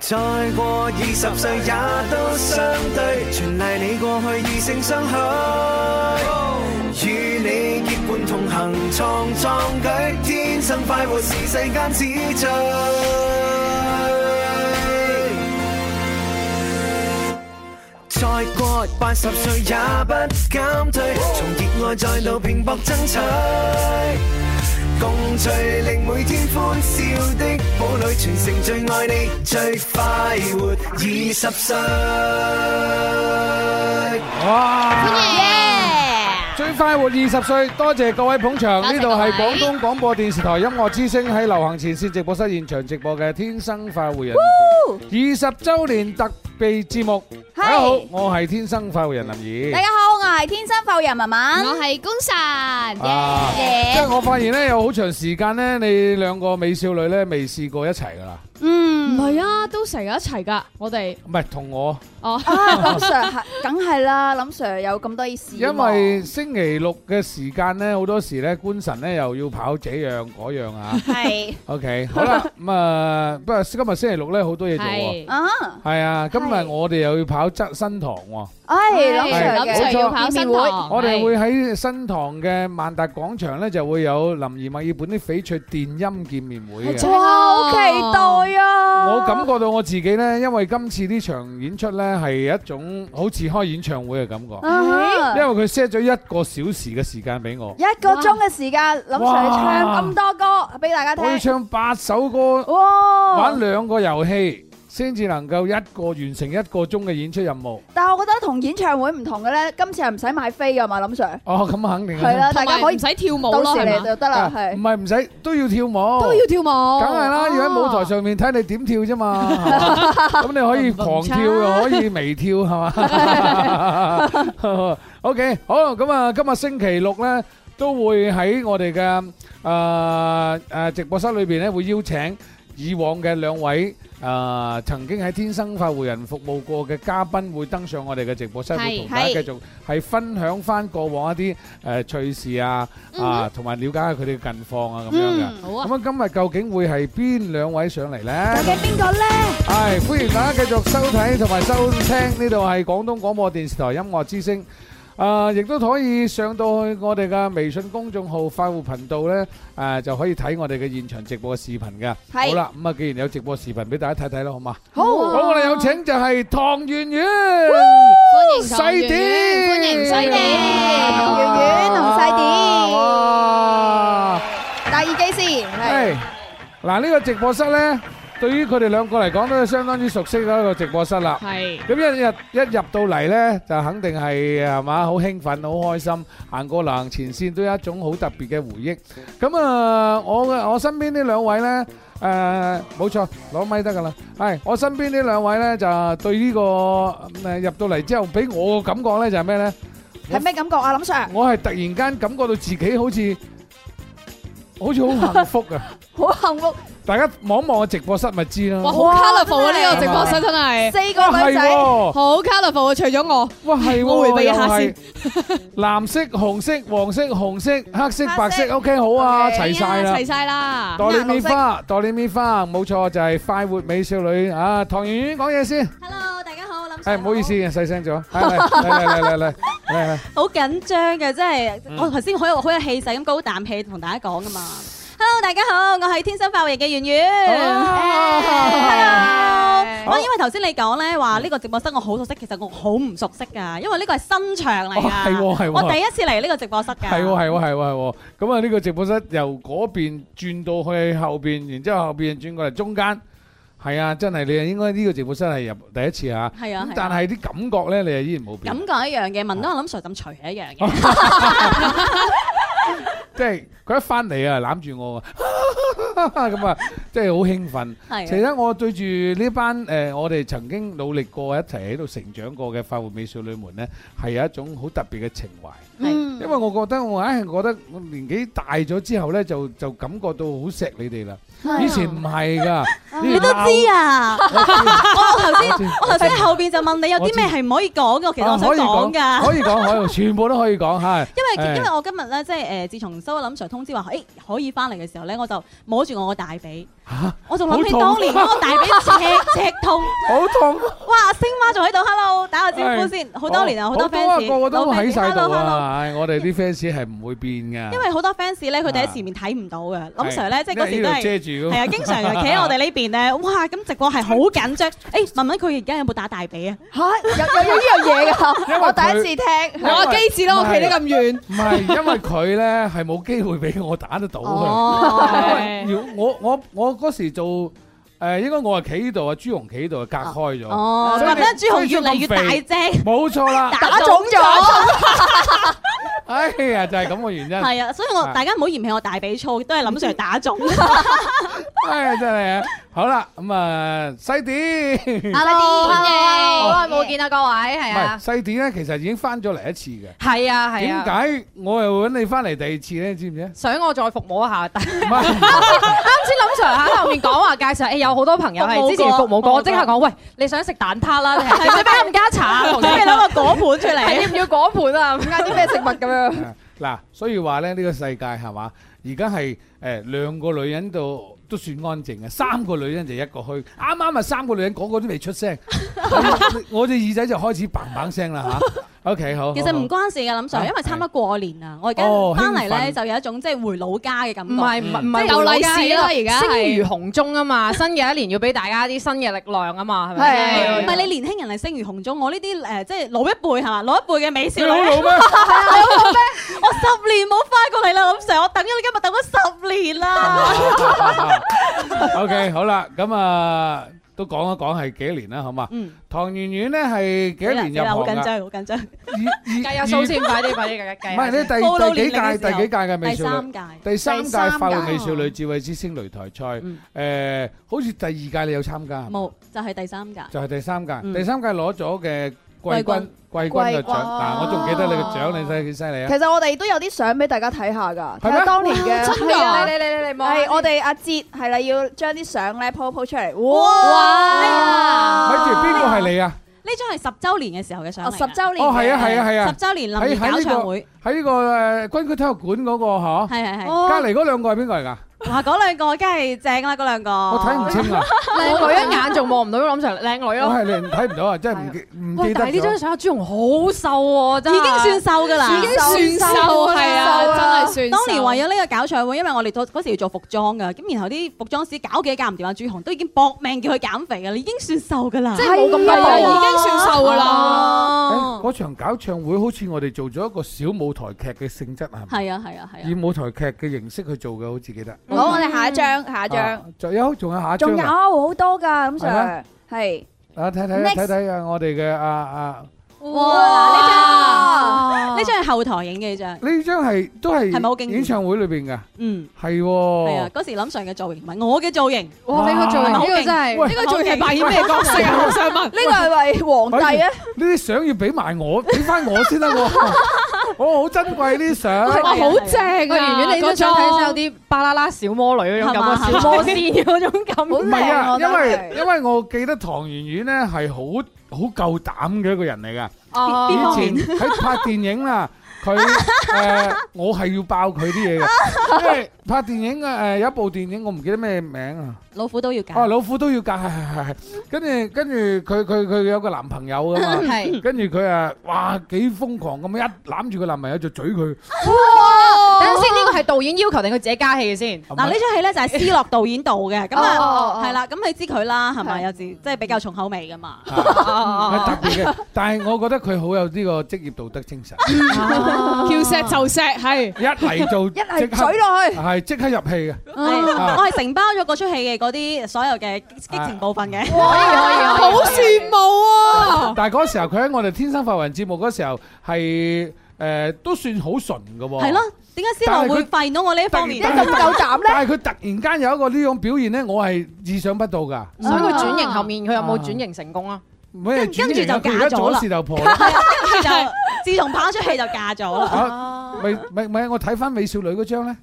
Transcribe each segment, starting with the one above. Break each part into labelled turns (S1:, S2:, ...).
S1: 再過二十歲也都相對，全賴你過去異性相許，與你結伴同行創壯舉，天生快活是世間之最。再過八十歲也不減退，從熱愛再度拼搏爭取。共聚令每天歡笑的堡壘，全城最愛你，最快活二十歲。
S2: 最快活二十歲，多謝各位捧場。
S3: 多謝
S2: 呢度係
S3: 各位
S2: 廣東廣播電視台音樂之聲喺流行前線直播室現場直播嘅《天生快活人》二十週年特備節目。大家好，我係天生快活人林怡。啊，
S3: 耶
S2: 即係我發現咧，有好長時間咧，你兩個美少女咧未試過一齊㗎啦，
S4: 唔係啊，都成日一齊㗎，我哋
S2: 唔係同我，
S4: 哦，
S2: 因為星期六嘅時間咧，好多時咧官神咧又要跑這樣嗰樣啊。OK，好啦，咁啊，不過今日星期六咧好多嘢做
S4: 係
S2: 喎。
S3: Ờ.
S2: 係啊，今日
S3: 係
S2: 我哋又要跑側新塘喎，
S4: 係
S2: 嘅
S4: 林 Sir 要跑新塘，
S2: 我哋會喺新塘嘅萬達廣場咧就會有林怡墨爾本啲翡翠電音見面會嘅。
S3: ờ.
S2: 我感覺到我自己咧，因為今次呢場演出咧係一種好似開演唱會嘅感覺，
S3: Ờ,
S2: 因為佢 set 咗一個小時嘅時間俾我，
S3: Dạ,
S2: 我要唱八首歌，玩兩個遊戲，先至能夠一個完成一個鐘嘅演出任務。哦，咁肯定啦。
S4: 同埋唔使跳舞咯，係嘛？
S2: 啊唔係唔使都要跳舞，都
S4: 要跳舞，梗
S2: 梗係
S4: 哦
S2: 啦，要喺舞台上面睇你點跳 啫嘛。係嘛咁你可以狂跳又可以微跳係 嘛？OK，好咁啊，今日星期六咧都會喺我哋嘅誒誒直播室裏邊咧會邀請以往嘅兩位。誒、曾經喺天生快活人服務過嘅嘉賓會登上我哋嘅直播室，
S4: 係
S2: 會同大家
S3: 係
S2: 繼續係分享翻過往一啲誒、趣事啊，
S4: 嗯
S2: 啊同埋了解下佢哋嘅近況啊咁樣嘅。
S4: 好啊，
S2: 咁啊，今日究竟會係邊兩位上嚟咧？係歡迎大家繼續收睇同埋收聽呢度係廣東廣播電視台音樂之聲。啊，亦都可以上到去我哋嘅微信公眾號快活頻道咧，誒就可以睇我哋嘅現場直播嘅視頻嘅。
S3: 係
S2: 好啦，咁啊，既然有直播視頻俾大家睇睇啦，好嘛？
S3: 好
S2: 好，我哋有請就係唐圓圓，
S4: 歡迎
S2: 細
S4: 唐圓
S2: 啲，
S4: 圓歡迎細
S3: 唐
S4: 啲。
S3: 圓圓同細啲
S2: 哇！係嗱，呢個直播室咧，對於佢哋兩個嚟講都係相當之熟悉嘅一個直播室啦。
S4: 係
S2: 咁一入一入到嚟咧，就肯定係係嘛，好興奮，好開心，行過行前線都有一種好特別嘅回憶。咁啊，我嘅我身邊呢兩位咧。誒冇錯，攞咪得㗎啦。係我身邊呢兩位咧，就對呢個誒入到嚟之後，俾我嘅感覺咧就係咩咧？
S3: à,
S2: 我係突然間感覺到自己好似好似好幸福啊！大家望一望我直播室咪知
S4: 哇，
S2: 啦。
S4: 好 colourful 啊！呢個直播室真係
S2: 係喎，
S4: 好 colourful 啊！除咗我，
S2: 哇係喎，
S4: 我回避一下
S2: 又係
S4: 先。
S2: 藍色、紅色、黃色、紅色、黑色、白
S3: 黑色
S2: 色，OK 好啊，齊晒啦
S4: 齊。晒啦，
S2: 哆唻咪花，哆唻咪花，冇錯就係快活美少女啊！唐圓圓講嘢先，係唔好意思，細聲咗。係嚟嚟嚟嚟嚟嚟嚟，
S5: 好緊張嘅，真係
S2: 嗯
S5: 我頭先好有好有氣勢咁高啖氣同大家講噶嘛。Hello，大家好，我係天生快活人嘅圓圓。
S4: Hello
S5: 我因為頭先你講咧話呢個直播室我好熟悉，其實我好唔熟悉㗎，因為呢個係新場嚟
S2: 哦係喎係
S5: 㗎，
S2: 喎
S5: 我第一次嚟呢個直播室㗎。
S2: 係喎係喎係喎係喎，咁啊呢個直播室由嗰邊轉到去後邊，然之後後邊轉過嚟中間，係啊，真係你係應該呢個直播室係入第一次嚇。
S5: 係啊
S2: 咁，
S5: 係
S2: 但
S5: 啊。
S2: 係啲感覺咧，你係依然冇變
S5: 感。覺一樣嘅，問到我諗 Sir 咁除係一樣嘅。
S2: 即係佢一翻嚟啊， 攬住我啊，咁啊，即係好興奮。其
S5: 係啊
S2: 實我對住呢班誒，我哋曾經努力過一齊喺度成長過嘅快活美少女們咧，係有一種好特別嘅情懷。
S5: 係
S2: 因為我覺得我硬係覺得我年紀大咗之後咧，就就感覺到好錫你哋啦。以前唔係 㗎，
S5: 你 都知啊！我頭先
S2: 我知
S5: 我頭先喺後邊就問你有啲咩係唔可以講嘅，其實我想講
S2: 啊
S5: 㗎。
S2: 可以講，可以講，可以全部都可以講嚇。
S5: 因為
S2: 誒
S5: 因為我今日咧，即係呃誒，自從收咗林 Sir 通知話，誒可以翻嚟嘅時候咧，我就摸住我個大髀，
S2: 嚇
S5: 我仲諗起
S2: 好痛啊
S5: 當年嗰個大髀赤 赤痛，
S2: 好痛。
S5: 哇！星媽仲喺度，hello，打個招呼先，好多年啊，好多 fans，
S2: 個個哎都
S5: 老 fans，
S2: 喺晒度
S5: hello，hello
S2: 啊！唉我哋啲 fans 係唔會變㗎。
S5: 因為好多 fans 咧，佢哋喺前面睇唔到嘅，林 Sir 咧，即係嗰
S2: 因為呢
S5: 時都
S2: 度
S5: 係。
S2: 遮住㗎嘛
S5: 係啊，經常係企喺我哋呢邊咧，哇！咁直播係好緊張。誒、哎問問佢而家有冇打大髀啊？
S2: 因為佢-
S4: 我話機智啦，我企得咁遠。
S2: 唔係，因為佢咧係冇機會俾我打得到嘅。
S5: 哦，
S2: 要我我我嗰時做誒，應該我係企呢度啊，朱紅企呢度啊，隔開咗。
S5: 哦，
S2: 所以
S5: 覺
S2: 你
S5: 得朱紅越嚟越大隻，
S2: 冇錯啦，
S5: 打腫咗。
S2: 哎呀，就係咁嘅 原因。
S5: 係啊，所以我大家唔好嫌棄我大髀粗，都係諗住 打腫。
S2: 哎，真係啊！好啦，咁啊，西啲，唔係西啲咧，其實已經翻咗嚟一次嘅。點解我又揾你翻嚟第二次咧？知唔 知啊？唔係。
S5: 即係攞個果盤出 嚟。
S2: 嗱，所以話咧，呢、個世界係嘛，而家係誒兩個女人度都算安靜嘅，三個女人就一個虛，啱啱啊三個女人個個都未出聲，我我隻耳仔就開始砰砰聲啦吓 OK，好。
S5: 其實唔關事嘅，林 Sir，因為差唔多過年啦，我而家
S2: 哦
S5: 翻
S2: 興
S5: 嚟
S2: 奮
S5: 咧就有一種即係回老家嘅感覺。
S3: 係
S5: 唔係你年輕人係聲如洪鐘，我呢啲誒即係老一輩係嘛，老一輩嘅美少
S2: 你
S5: 女
S2: 好。老 咩？
S5: 我十年冇翻過嚟啦，林 Sir，我等咗你今日等咗十 年啦。
S2: OK，好啦，咁啊都講一講係幾多年啦，好嘛？
S5: 嗯，
S2: 唐圓圓咧係幾
S5: 死
S2: 多
S5: 啦
S2: 年
S5: 死
S2: 入
S5: 啦，好
S2: 行
S5: 緊
S2: 㗎？
S5: 張，好緊張。
S2: 計唔係咧，
S5: 暴露
S2: 第第幾
S5: 年齡
S2: 屆
S5: 嘅時
S2: 第
S5: 候
S2: 幾屆嘅美
S5: 第
S2: 少女？
S5: 三屆，
S2: 第三屆
S3: 第三屆
S2: 快活美少女智慧之星擂台賽，誒、
S5: 嗯
S2: 好似第二屆你有參加，係咪
S5: 冇就係第三屆。
S2: 就係第三屆，
S5: 嗯
S2: 第三屆攞咗嘅季軍季
S5: 季，
S2: 軍嘅獎，
S3: 季軍
S2: 嗱、我仲記得你嘅獎，你睇幾犀利啊！係咩？
S3: à,
S6: 哎
S2: 咪住邊個係你啊？
S5: 呢張係十週年嘅時候嘅相嚟㗎。
S2: 哦，係啊，係啊，係
S5: 十
S2: 啊，
S5: 週年
S2: 喺喺
S5: 林兒搞
S2: 呢
S5: 唱
S2: 個
S5: 會，
S2: 喺呢個誒軍區體育館嗰個嗬，
S5: 係係係。
S2: 隔離嗰兩個係邊個嚟㗎？
S5: 哇，嗰兩個梗係正啦，嗰兩個。
S2: 我睇唔清啊，我
S6: Cô gái
S2: 係你睇唔到啊，真係唔記唔
S6: 哇！
S2: 記得
S6: 但係呢張
S2: 咗。
S6: 相阿朱紅好瘦喎，真係
S5: 已經算瘦㗎啦。
S4: 算瘦係啊，真係算瘦。
S5: 當年為咗呢個搞唱會，因為我哋做嗰時要做服裝㗎，咁然後啲服裝師搞幾搞唔掂啊，朱紅都已經搏命叫佢減肥㗎啦，已經算瘦㗎啦。
S6: 即係冇
S3: à.
S6: 咁
S4: 係啊，
S6: 多
S4: 已經算瘦噶啦。
S2: 誒嗰場搞唱會好似我哋做咗一個小舞台劇嘅性質係咪？
S5: 係啊係啊係啊
S2: 以。舞台劇嘅形式去做嘅，好似記得。
S3: 好，我哋下一張，下一張。
S2: 啊仲有仲有下一張
S3: 仲有
S2: 啊！
S3: 好多噶，咁 Sir
S2: 係
S3: 係
S2: 啊，睇睇
S3: Next
S2: 睇睇啊！我哋嘅啊啊，
S5: 哇！呢
S6: 呢張
S5: 張係後台影嘅呢張，
S2: 呢張係都
S5: 係咪好
S2: 係
S5: 經典
S2: 演唱會裏邊嘅，
S5: 嗯，
S2: 係
S5: 係
S2: 喎。，
S5: 啊嗰時林 Sir 嘅造型唔係我嘅造型，
S6: 哇！你個造型呢個真
S2: 喂
S6: 係
S4: 呢個造型扮演咩角色啊？我想問。
S3: 呢個 係咪皇帝啊？
S2: 呢啲相要俾埋我， 俾翻我先得喎。我好珍貴呢啲相。
S6: 哇好正
S4: 啊
S6: 啊！圓圓你張相睇起身有啲巴啦啦小魔女嗰種感
S5: 係
S6: 覺，
S5: 嘛
S6: 小魔仙嗰種感
S3: 好
S2: 唔
S6: 覺。
S2: 係
S3: 靚
S2: 啊，
S3: 我覺
S2: 因
S3: 得
S2: 為
S3: 係
S2: 因為我記得唐圓圓咧係好好夠膽嘅一個人嚟㗎。 以
S6: 哦
S2: 前喺拍電影啦，佢誒我係要爆佢啲嘢嘅，因為拍電影啊誒有一部電影我唔記得咩名啊。
S5: 老虎都要
S2: 啊，
S5: 揀。
S2: 老虎都要嫁，係係係係。跟住跟住佢佢佢有個男朋友噶嘛，
S6: 係
S2: 跟住佢啊，哇幾瘋狂咁樣一攬住個男朋友就嘴佢。
S6: 等陣先，呢個係導演要求定佢自己加戲先？
S5: 嗱呢張戲咧就係思樂導演導嘅，咁
S3: 哦
S5: 啊
S3: 哦哦
S5: 係啦，咁你知佢啦，係咪
S3: 係
S5: 有時即係比較重口味噶嘛？
S2: 係
S6: 哦
S2: 特別嘅，但係我覺得佢好有呢個職業道德精神，
S6: 哦
S4: 叫石就石，係
S2: 一嚟就
S3: 一
S2: 即
S3: 係
S2: 刻
S3: 嘴落去，
S2: 係即刻入戲嘅。
S3: 哦
S2: 啊
S5: 係我係承包咗嗰出戲嘅嗰啲所有嘅激激情部分嘅。
S4: 好羨慕啊！
S2: 但係嗰時候佢喺我哋天生發雲節目嗰時候係誒都算好純嘅喎。
S5: 係咯，點解思樂會發現到我呢一方面啊
S3: 你？咁夠膽咧？
S2: 但係佢突然間有一個呢種表現咧，我係意想不到㗎。
S6: 所以佢轉型後面佢有冇轉型成功啊？
S2: 咩
S5: 跟跟住就
S2: 轉型啊佢而家
S5: 嫁咗啦
S2: 左是右婆啦。
S5: 係啊，跟住就自從拍咗出戲就嫁咗啦。
S2: 啊咪咪咪，我睇翻美少女嗰張咧，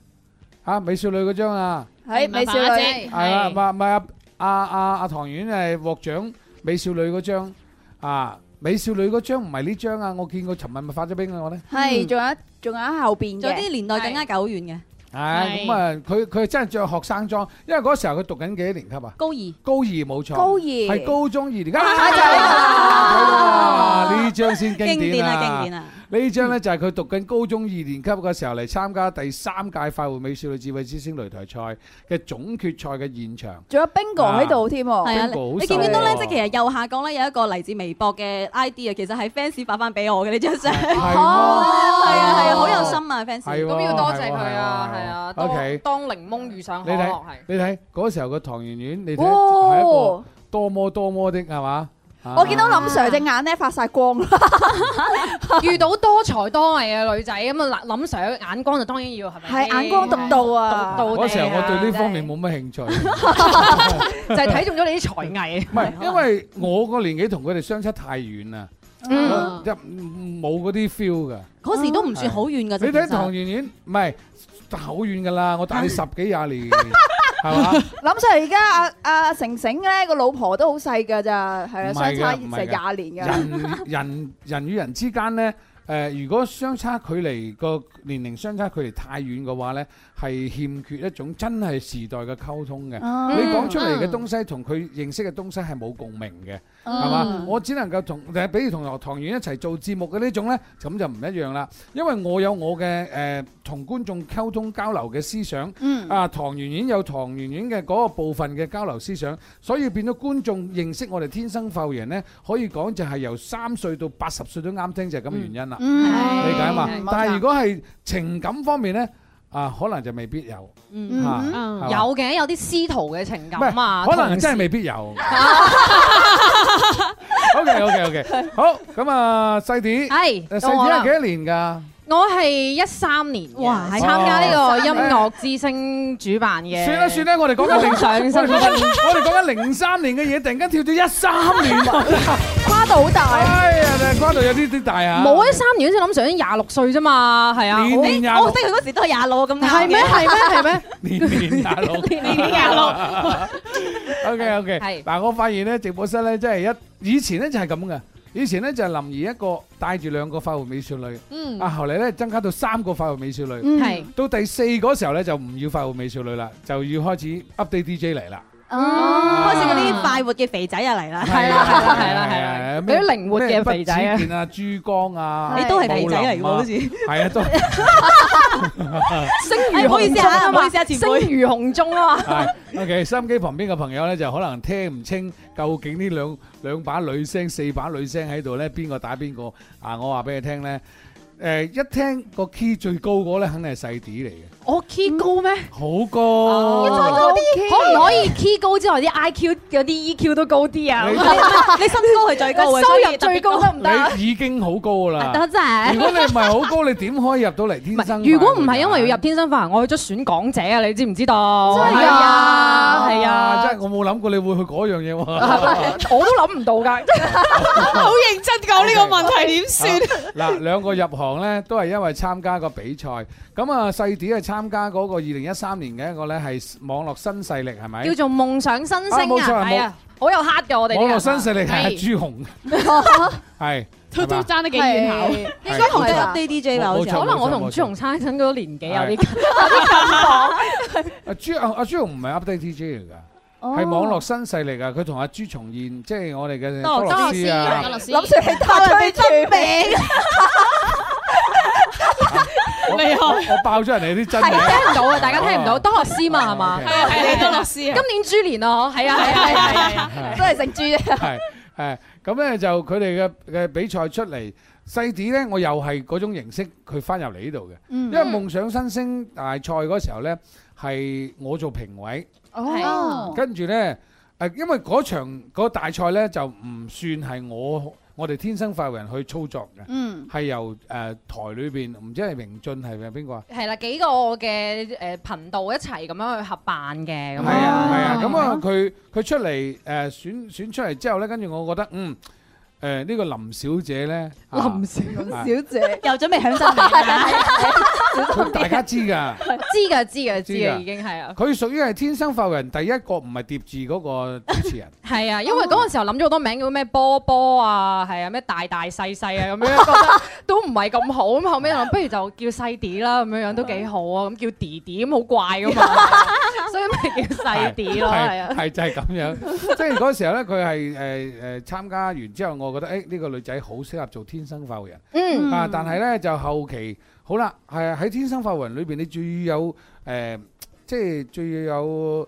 S2: 嚇美少女嗰張啊，
S3: 係，
S4: 麻煩
S3: 美少女。
S4: 阿姐。
S2: 係啦，咪咪阿阿阿阿唐婉係獲獎美少女嗰張啊，美少女嗰張唔係呢張啊，我見過尋日咪發咗俾我咧，
S3: 係，仲有一-仲有一後邊嘅。
S5: 仲有啲年代更加久遠嘅
S2: 係咁啊，佢佢真係着學生裝，因為嗰時候佢讀緊幾多年級啊？
S5: 高二。
S2: 高二冇錯，
S3: 高二。
S2: 係高中二年級。
S5: 啊
S2: 啊！呢張先經
S5: 經
S2: 典
S5: 典
S2: 啊！
S5: 啊，經典啊！
S2: 呢張呢就係佢讀緊高中二年級嘅時候嚟參加第三屆快活美少女智慧之星擂台賽嘅總決賽嘅現場。
S3: 仲有bingo喺度添喎。
S5: 係啊，
S2: 邊個好
S5: 你你見唔見到
S2: 受
S5: 咧？
S2: 啊
S5: 即係其實右下角咧有一個嚟自微博嘅 ID 啊，其實係 fans 發翻俾我嘅呢張相，係
S2: 係喎，
S5: 啊係啊，好有心啊 fans。
S2: 係喎
S6: 咁要多謝佢啊，係啊，
S2: 係喎係喎
S6: 當
S2: OK，
S6: 當檸檬遇上可
S2: 你
S6: 樂
S2: 睇
S6: 係。
S2: 你睇嗰時候個唐圓圓，你睇係一個
S3: 哇，
S2: 多麼多麼的係嘛？啊
S3: 我見到林 sir 隻眼呢，發晒光啦。
S6: 遇到多才多藝嘅女仔，咁啊林 Sir 眼光就當然要係咪先？
S3: 係，眼光獨到啊。
S6: 獨到。
S2: 嗰時候我對呢方面冇乜興趣，唔
S6: 就係睇中咗你啲才藝。
S2: 係因為我個年紀同佢哋相差太遠啦，
S3: Ừ.
S6: 嗯，
S2: 一冇嗰啲 feel 㗎。
S5: 嗰時都唔算好遠㗎啫。
S2: 你睇
S5: 其實
S2: 唐圓圓，唔係好遠㗎啦，我大你十幾廿年，係嘛？
S3: 林 sir 而家阿阿成成咧個老婆都好細㗎咋，係
S2: 唔係㗎
S3: 啊，相差
S2: 唔係㗎
S3: 成廿年㗎。
S2: 人人人與人之間呢，誒、如果相差距離個年齡相差距離太遠嘅話呢，係欠缺一種真係時代嘅溝通嘅。
S3: Ừ.
S2: 你講出嚟嘅東西同佢認識嘅東西係冇共鳴嘅，係嘛、啊
S3: 嗯
S2: 我只能夠同誒，比如同學堂員一齊做節目嘅呢種呢，咁就唔一樣啦。因為我有我嘅誒同觀眾溝通交流嘅思想，
S3: 嗯
S2: 啊唐圓圓有唐圓圓嘅嗰個部分嘅交流思想，所以變咗觀眾認識我哋天生浮人呢，可以講就係由三歲到八十歲都啱聽，就係咁嘅原因啦，
S3: 嗯
S2: 理解嘛
S3: 嗯？
S2: 但係
S3: 冇錯
S2: 如果係情感方面呢，啊可能就未必有，
S5: 嗯
S2: 嚇
S3: 嗯
S4: 嗯
S2: 係嘛
S6: 有嘅，有啲師徒嘅情
S2: 唔
S6: 感啊，
S2: 係，可能
S6: 同
S2: 真係
S6: 事
S2: 未 必有。OK OK OK，好咁啊，細啲，誒
S6: 係到
S2: 細
S6: 我
S2: 啲係
S6: 啦
S2: 幾。多年㗎？
S6: 我係一三年嘅
S5: 哇係
S6: 參加呢個音樂之星主辦嘅。
S2: 算啦算啦，我哋講緊零上，我哋講緊我哋講緊零三年嘅嘢，突然間跳咗一三年。
S3: 跨度好大，
S2: 哎呀，但係瓜度有啲啲大啊！
S6: 冇一三年嗰陣諗上已經廿六歲啫嘛，係啊，
S2: 年
S6: 我
S2: 年廿六，
S5: 我識佢嗰時都係廿六咁啱嘅
S6: 係咩？係咩？係咩？
S2: 年年廿 六，
S4: 年年廿六
S2: OK OK，
S6: 係
S2: 嗱，我發現咧直播室咧真係一以前咧就係咁嘅，以前咧就係林兒一個帶住兩個快活美少女，
S6: 嗯，
S2: 啊後嚟咧增加到三個快活美少女，
S3: 嗯
S6: 係
S2: 到第四嗰時候咧就唔要快活美少女啦，就要開始 update DJ 嚟啦，
S5: 開始嗰
S6: 嗰
S5: 啲快活嘅肥仔又嚟啦。
S6: 係啦係啦係啦係啦，
S2: 咩
S6: 你啲靈活嘅肥仔
S2: 咩
S6: 啊
S2: 畢，子健啊、珠江啊，
S5: 你都係肥仔嚟喎，
S2: 武
S5: 好
S2: 林
S5: 似
S2: 啊。係啊，都
S6: 聲
S5: 哎
S6: 如
S5: 唔好意
S6: 洪
S5: 思
S6: 鐘
S5: 啊
S6: 啊
S5: 唔好
S6: 嘛，
S5: 意思啊前
S6: 聲
S5: 輩
S6: 如洪鐘啊嘛，
S2: 係 OK，收音機旁邊嘅朋友咧，就可能聽唔清究竟呢兩兩把女聲、四把女聲喺度咧，邊個打邊個啊？我話俾你聽咧，誒、一聽個 key 最高嗰咧，肯定係細啲嚟嘅，
S6: 我 key 高咩？
S2: 好高。Ờ.
S6: 高啲，可唔可以 key 高之外啲 IQ 嗰啲 EQ 都高啲啊？
S2: 你
S5: 你身高係最高嘅，所以
S6: 收入最高得唔得啊？
S2: 你已經好高噶啦。
S5: 得 真 係
S2: 如果你唔係好高，你點可以入到嚟天生？
S6: 如果唔係因為要入天生發行，我去咗選港姐啊！你知唔知道？à,
S3: 真係㗎
S6: 係啊，係啊，
S2: 真係我冇諗過你會去嗰樣嘢喎。
S6: 我都諗唔到㗎。
S4: 好認真講呢個問題點算？
S2: 嗱，兩個入行咧都係因為參加個比賽，咁啊細啲係參加嗰個二零一三年嘅一個咧係網絡新勢力係咪？
S6: 叫做夢想新星
S2: 啊冇錯
S6: 啊，係啊，好有 heart 嘅我哋呢個
S2: 網
S6: 人啊。
S2: 絡新勢力係阿
S6: 係
S2: 朱紅，係
S4: 都都
S2: 係嘛
S4: 爭得幾遠下喎。
S5: 應該同佢
S3: 係啊
S5: update DJ 吧，好似
S2: 冇錯
S6: 可能我同朱紅差親嗰個年紀有啲 近
S2: 阿朱阿阿朱紅唔係 update DJ 嚟㗎，係網絡新勢力啊！佢同阿朱重現，即係我哋嘅多樂斯啊！
S4: 林
S3: 林 sir 你太推住名，
S2: 我
S4: 厲害
S2: 我我爆咗人哋啲真
S6: 係
S2: 名，
S6: 聽唔到啊！大家聽唔到，
S2: 哦
S6: 多樂斯嘛係嘛？
S2: 哦
S4: 係啊係啊，多樂斯啊
S6: 今。年豬年啊，嗬係啊係啊係啊係啊！
S2: 係
S3: 都係姓朱 啫。
S2: 係誒咁咧就佢哋嘅嘅比賽出嚟，細啲咧我又係嗰種形式，佢翻入嚟呢度嘅，因為夢想新星大賽嗰時候咧係我做評委。
S3: 哦，
S2: 跟住呢，誒，因為嗰場嗰大賽呢，就唔算係我我哋天生快活人去操作嘅，
S3: 嗯，
S2: 係由誒、呃台裏邊唔知係榮進係咪邊個啊？
S6: 係啦，幾個嘅誒頻道一齊咁樣去合辦嘅咁
S2: 係啊
S6: 樣。啊
S2: 啊係啊，咁啊佢佢出嚟誒、呃、選選出嚟之後呢，跟住我覺得嗯。誒呢個林小姐咧，啊
S6: 林小
S3: 小姐，
S5: 又準備響新年啦，
S2: 佢大家知㗎，
S6: 知㗎知㗎
S2: 知
S6: 知
S2: 㗎
S6: 㗎已經係啊，
S2: 佢屬於係天生發人第一個唔係疊字嗰個主持人。
S6: 係啊，因為嗰陣時候諗咗好多名，叫咩波波啊，係啊，咩大大細細啊咁樣，覺得 都唔係咁好，咁後尾諗不如就叫細啲啦，咁樣樣都幾好啊，咁叫弟弟咁好怪噶嘛， 所以咪叫細啲咯， 係啊，
S2: 係就係咁 樣，即係嗰時候咧，佢係誒誒參加完之後，我覺得誒呢個女仔好適合做天生發育人
S6: 嗯，
S2: 啊！但係咧就後期好啦，係喺天生發育人裏邊，你最有誒即係最有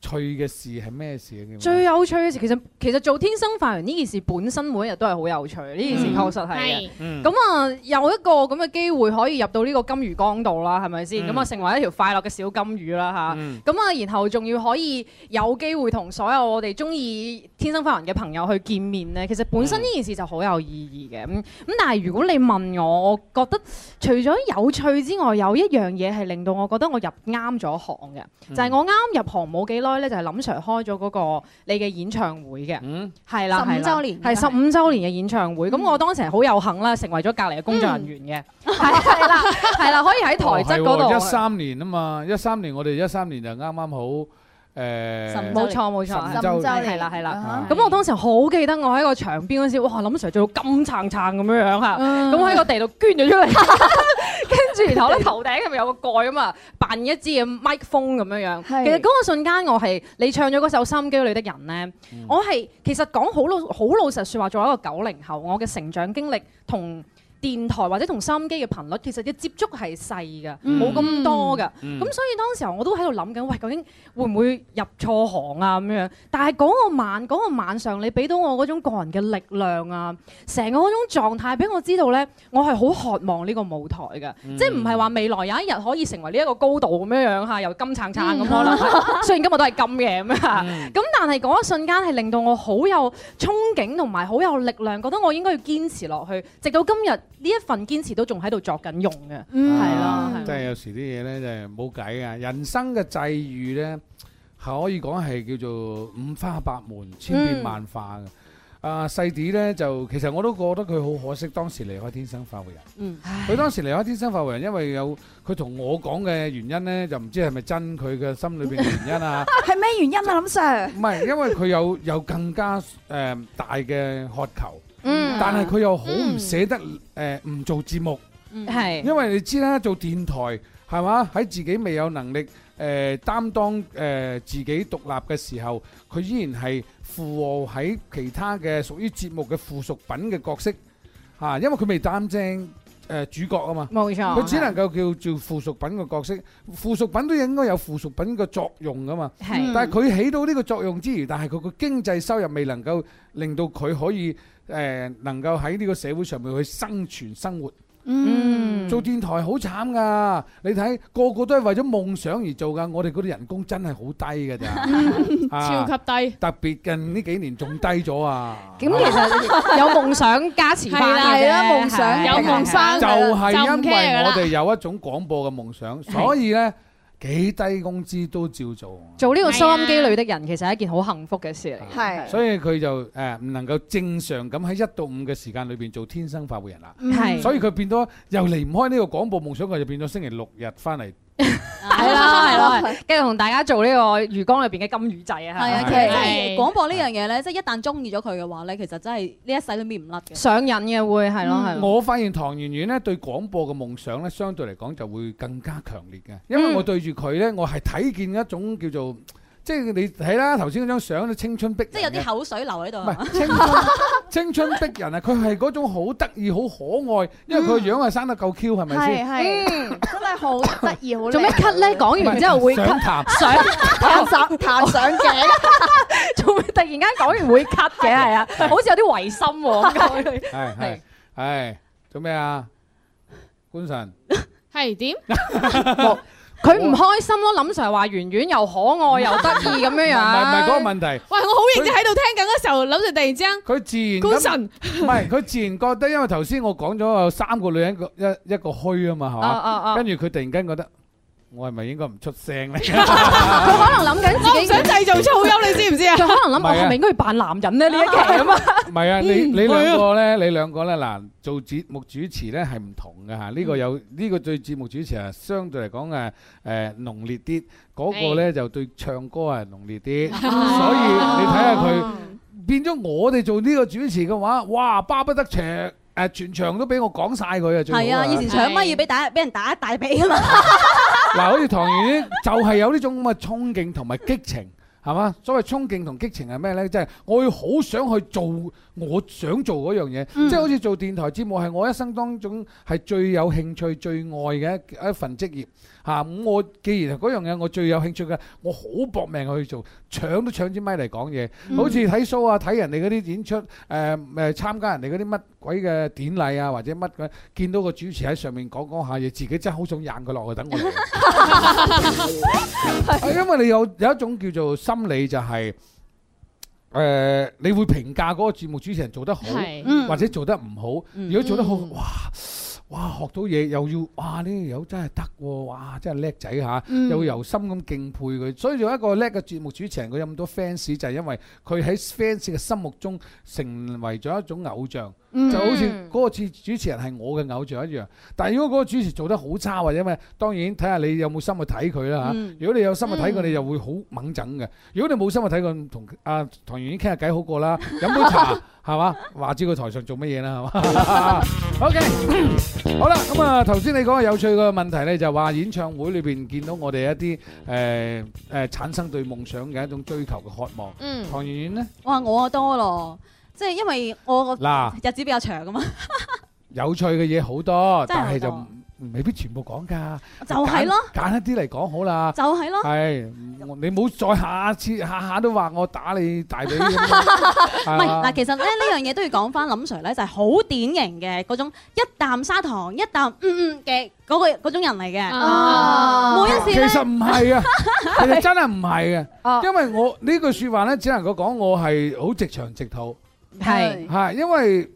S2: 趣嘅事係咩事啊？
S6: 最有趣嘅事其實其實做天生發人呢件事本身每一日都係好有趣，呢件事
S2: 嗯
S6: 確實係嘅。
S4: 係
S2: 嗯
S6: 咁啊，有一個咁嘅機會可以入到呢個金魚缸度啦，係咪
S2: 嗯
S6: 先？咁啊，成為一條快樂嘅小金魚啦吓，
S2: 嗯
S6: 咁啊，然後仲要可以有機會同所有我哋中意天生發人嘅朋友去見面咧，其實本
S2: 嗯
S6: 身呢件事就好有意義嘅。咁咁，但係如果你問我，我覺得除咗有趣之外，有一樣嘢係令到我覺得我入啱咗行嘅，
S2: 嗯
S6: 就係我啱入行冇幾耐咧，就係林 Sir 開咗嗰個你嘅演唱會嘅，
S2: 嗯
S6: 係啦，係
S5: 15
S6: 啦
S5: 週年
S6: 係十五週年嘅演唱會，咁我當時係好有幸啦，成為咗隔離嘅工作人員嘅，係係啦，
S2: 嗯
S6: 係啦，可以喺台側嗰
S2: 一
S6: 度，
S2: 三年啊嘛，一三年我哋一三年就啱啱好誒
S5: 15
S6: 冇錯冇
S2: 十五
S6: 錯
S2: 週。
S3: 周
S6: 係啦係啦
S2: 啊
S6: 咁我當時好記得我喺個場邊嗰時，哇！林 Sir 做到金撐撐咁樣樣嚇，咁喺個地度捐咗出嚟，跟住然後咧頭頂係咪有個蓋咁啊？扮一支嘅麥風咁樣樣。
S3: 係
S6: 其實嗰個瞬間我係你唱咗嗰首《心機裏的人》咧，我係其實講好老好老實説話，作為一個九零後，我嘅成長經歷同。電台或者同收音機嘅頻率，其實嘅接觸係細㗎，冇咁、多㗎。咁、
S2: 嗯
S6: 所以當時候我都喺度諗緊，喂，究竟會唔會入錯行啊咁樣？但係嗰個晚嗰、個晚上，你俾到我嗰種個人嘅力量啊，成個嗰種狀態俾我知道咧，我係好渴望呢個舞台嘅，即係唔係話未來有一日可以成為呢一個高度咁樣樣嚇，又金撐撐咁可能係，雖然今日都係金嘅咁啊，咁但係嗰一瞬間係令到我好有憧憬同埋好有力量，覺得我應該要堅持落去，直到今日呢一份堅持都仲喺度作緊用嘅，
S2: 嗯
S6: 係啦，係
S2: 即係有時啲嘢咧就係冇計啊！人生嘅際遇咧，係可以講係叫做五花八門、千變萬化嘅。啊細啲咧就其實我都覺得佢好可惜，當時離開天生發育人。
S5: 嗯，
S2: 佢當時離開天生發育人，因為有佢同我講嘅原因咧，就唔知係咪真佢嘅心裏邊嘅原因 啊？
S3: 係咩原因啊，林 Sir？
S2: 唔係，因為佢有有更加誒、大嘅渴求，
S6: 嗯，
S2: 但係佢又好唔捨得誒唔、做節目。
S6: 嗯係
S2: 因為你知啦，做電台係嘛，喺自己未有能力誒、呃、擔當誒、呃自己獨立嘅時候，佢依然係附和喺其他嘅屬於節目嘅附屬品嘅角色嚇、啊因為佢未擔正誒、呃主角啊嘛。
S6: 冇錯，
S2: 佢只能夠叫做附屬品嘅角色，附屬品都應該有附屬品嘅作用噶嘛。
S6: 係
S2: 但係佢起到呢個作用之餘，但係佢個經濟收入未能夠令到佢可以誒、呃能夠喺呢個社會上面去生存生活。
S6: 嗯
S2: 做電台好慘噶，你睇個個都係為咗夢想而做噶，我哋嗰啲人工真係好低㗎咋，
S4: 超
S2: 啊
S4: 級低，
S2: 特別近呢幾年仲低咗啊！
S6: 咁其實有夢想加持翻
S4: 係啦
S6: 嘅啫
S3: 係啦夢想
S6: 係
S4: 有夢想
S2: 就係因
S4: 就唔 care
S2: 為
S4: 㗎啦
S2: 我哋有一種廣播嘅夢想，所以呢幾低工資都照做，
S6: 做呢個收音機裏的人，其實係一件好幸福嘅事嚟。
S3: 係
S2: 所以佢就誒唔能夠正常咁喺一到五嘅時間裏邊做天生發會人啦。
S6: 係
S2: 所以佢變咗又離唔開呢個廣播夢想，佢就變咗星期六日翻嚟
S6: 係啦係啦，跟住同大家做呢個魚缸裏邊嘅金魚仔啊，
S5: 係啊，
S2: 係
S5: 其實真
S4: 係
S5: 係廣播呢樣嘢咧，即係一旦中意咗佢嘅話咧，其實真係呢一世都搣唔甩嘅。
S6: 上癮嘅會係咯係咯，
S2: 我發現唐圓圓咧對廣播嘅夢想咧，相對嚟講就會更加強烈嘅，因為我對住佢咧，我係睇見一種叫做，即係你睇啦，頭先嗰張相都青春逼人嘅，
S5: 即係有啲啊口水流喺度
S2: 唔
S5: 係嘛，
S2: 係青春 青春逼人啊！佢係嗰種好得意、好可愛，因為佢個樣係生得夠 Q，係咪
S3: 係
S2: 先？
S3: 係，真係好得意，好
S6: 做咩咳咧？講完之後會
S2: 想
S6: 咳，
S2: 談
S6: 想
S3: 彈上彈上頸，
S6: 做咩突然間講完會咳嘅係啊，好似有啲違心喎。咁樣
S2: 係係
S6: 係
S2: 係做咩啊？官神
S4: 係點？
S6: 佢唔開心咯，林 Sir 話圓圓又可愛又得意咁
S2: 唔係
S6: 樣
S2: 唔係嗰個
S6: 樣。
S2: 問題，
S4: 喂，我好認真喺度聽緊嘅時候，諗住突然之間，
S2: 佢自然
S4: 官
S2: 咁
S4: 神
S2: 唔係佢自然覺得，因為頭先我講咗有三個女人一個一一個虛啊嘛，係
S6: 啊
S2: 嘛？
S5: 哦
S6: 啊啊！
S2: 跟住佢突然間覺得我係咪應該唔出聲 咧？
S6: 佢可能諗緊
S4: 我唔
S6: 自己
S4: 想，製造粗憂，你知唔知 啊？
S6: 佢可能諗
S2: 唔係
S6: 我
S2: 啊
S6: 係咪應該要扮男人咧呢 一期咁啊？
S2: 唔係啊，
S5: 嗯
S2: 你你
S4: 係啊
S2: 兩個咧，你兩個咧嗱，做節目主持咧係唔同嘅嚇，呢
S5: 嗯
S2: 個有呢個對節目主持啊，相對嚟講誒誒濃烈啲，嗰個
S5: 哎
S2: 咧就對唱歌係濃烈啲， 所以你睇下佢變咗我哋做呢個主持嘅話，哇巴不得長誒全場都俾我講晒佢啊，最好
S5: 係啊，以前搶咪
S4: 係
S5: 要俾打，俾人打一大髀啊嘛。
S2: 嗱，好似唐圓圓就係有呢種咁嘅衝勁同埋激情。係嘛？所謂衝勁同激情係咩呢？即係我要好想去做我想做嗰樣嘢，即係好似做電台節目係我一生當中係最有興趣、最愛嘅一一份職業嚇。咁、我既然係嗰樣嘢我最有興趣嘅，我好搏命去做，搶都搶支咪嚟講嘢。 好似睇 show 啊，睇人哋嗰啲演出，誒、誒參加人哋嗰啲乜鬼嘅典禮啊，或者乜嘅，見到個主持喺上面講講下嘢，自己真係好想硬佢落去，等我嚟。係因為你有有一種叫做心理就係、誒、你會評價嗰個節目主持人做得好，
S4: 係
S2: 或者做得唔好。如果做得好，哇哇學到嘢，又要哇呢條友真係得喎，哇真係叻仔嚇，
S6: 嗯
S2: 又由心咁敬佩佢。所以做一個叻嘅節目主持人，佢有咁多 fans 就係因為佢喺 fans 嘅心目中成為咗一種偶像。就好似嗰個主主持人係我嘅偶像一樣。但係如果嗰個主持做得好差或者咩，當然睇下你有冇心去睇佢啦嚇。如果你有心去睇佢，你就會好猛整嘅。如果你冇心去睇佢，同阿唐圓圓傾下偈好過啦，飲杯茶係嘛，話知佢台上做乜嘢啦係嘛。OK，好啦，咁啊頭先你講嘅有趣嘅問題咧，就係話演唱會裏邊見到我哋一啲誒誒產生對夢想嘅一種追求嘅渴望。
S4: 嗯，
S2: 唐圓圓呢，
S5: 哇，我啊多咯，即係因為我個
S2: 嗱。
S5: 日子比較長啊嘛，
S2: 有趣嘅嘢好多，
S5: 真係好多
S2: 但係就唔未必全部講㗎。
S5: 就係咯，
S2: 揀，揀一啲嚟講好啦。
S5: 就係咯。
S2: 係，我你唔好再下次下下都話我打你大髀 咁樣。
S5: 唔
S2: 係
S5: 係
S2: 嘛
S5: 嗱，其實咧呢 樣嘢都要講翻林 Sir 咧，就係好典型嘅嗰種一啖砂糖一啖嗯嗯嘅嗰個嗰種人嚟嘅。
S4: 啊，
S5: 每一次
S2: 其
S5: 咧，
S2: 實唔 係啊，其實真係唔係
S6: 啊
S2: 嘅，因為我呢句説話咧，只能夠講我係好直腸直肚，
S6: 係，
S2: 係因為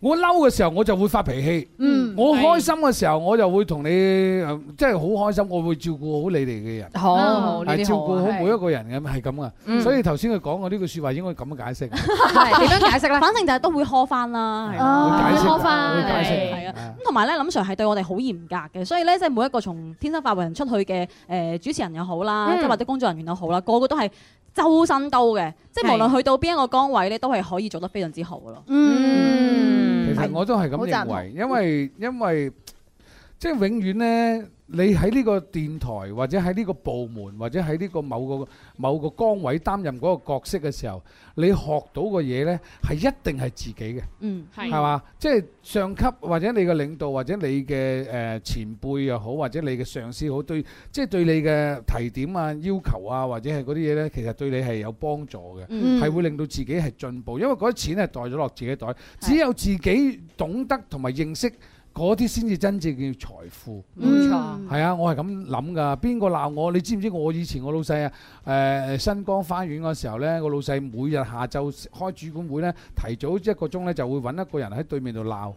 S2: 我嬲嘅時候我就會發脾氣，
S6: 嗯，
S2: 我
S4: 係
S2: 開心嘅時候我就會同你，呃即係好開心，我會照顧好你哋嘅人。
S6: 好
S4: 嗯
S6: 好呢
S2: 係
S6: 啲
S2: 照
S6: 好
S2: 顧
S6: 啊
S2: 好
S6: 係
S2: 每一個人嘅，係咁
S6: 嗯
S2: 噶。所以頭先佢講我呢句説話應該咁樣解釋，
S6: 係點樣解釋咧？
S5: 反正就係都會呵翻啦，係
S3: 哦
S5: 啊
S2: 會解釋㗎，
S4: 開返
S2: 會解釋
S4: 係
S5: 係
S2: 㗎
S5: 啊
S2: 啊。
S5: 咁同埋咧，林 Sir 係對我哋好嚴格嘅，所以咧即係每一個從天生發為人出去嘅誒、呃主持人又好啦，
S6: 嗯
S5: 即係或者工作人員又好啦，個個都係周身刀嘅，即
S2: 嗯
S5: 係無論
S6: 係
S5: 去到邊一個崗位咧，都係可以做得非常之好嘅咯。
S6: 嗯
S2: 其實我都係咁認為，因為因為即係永遠呢，你喺呢個電台或者喺呢個部門或者喺呢個某個某個崗位擔任嗰個角色嘅時候，你學到嘅嘢呢，係一定係自己嘅。
S5: 嗯，
S4: 係
S2: 係嘛？即係上級或者你嘅領導或者你嘅誒、呃前輩又好，或者你嘅上司好，對即係對你嘅提點啊、要求啊，或者係嗰啲嘢呢，其實對你係有幫助嘅，係、
S5: 嗯
S2: 會令到自己係進步，因為嗰啲錢係袋咗落自己袋，只有自己懂得同埋認識嗰啲先至真正嘅財富。
S6: 冇錯。
S2: 係啊，我係咁諗噶。邊個鬧我？你知唔知我以前我老細啊？誒、新光花園嗰時候呢，我老細每日下晝開主管會呢，提早一個鐘呢就會揾一個人喺對面度鬧，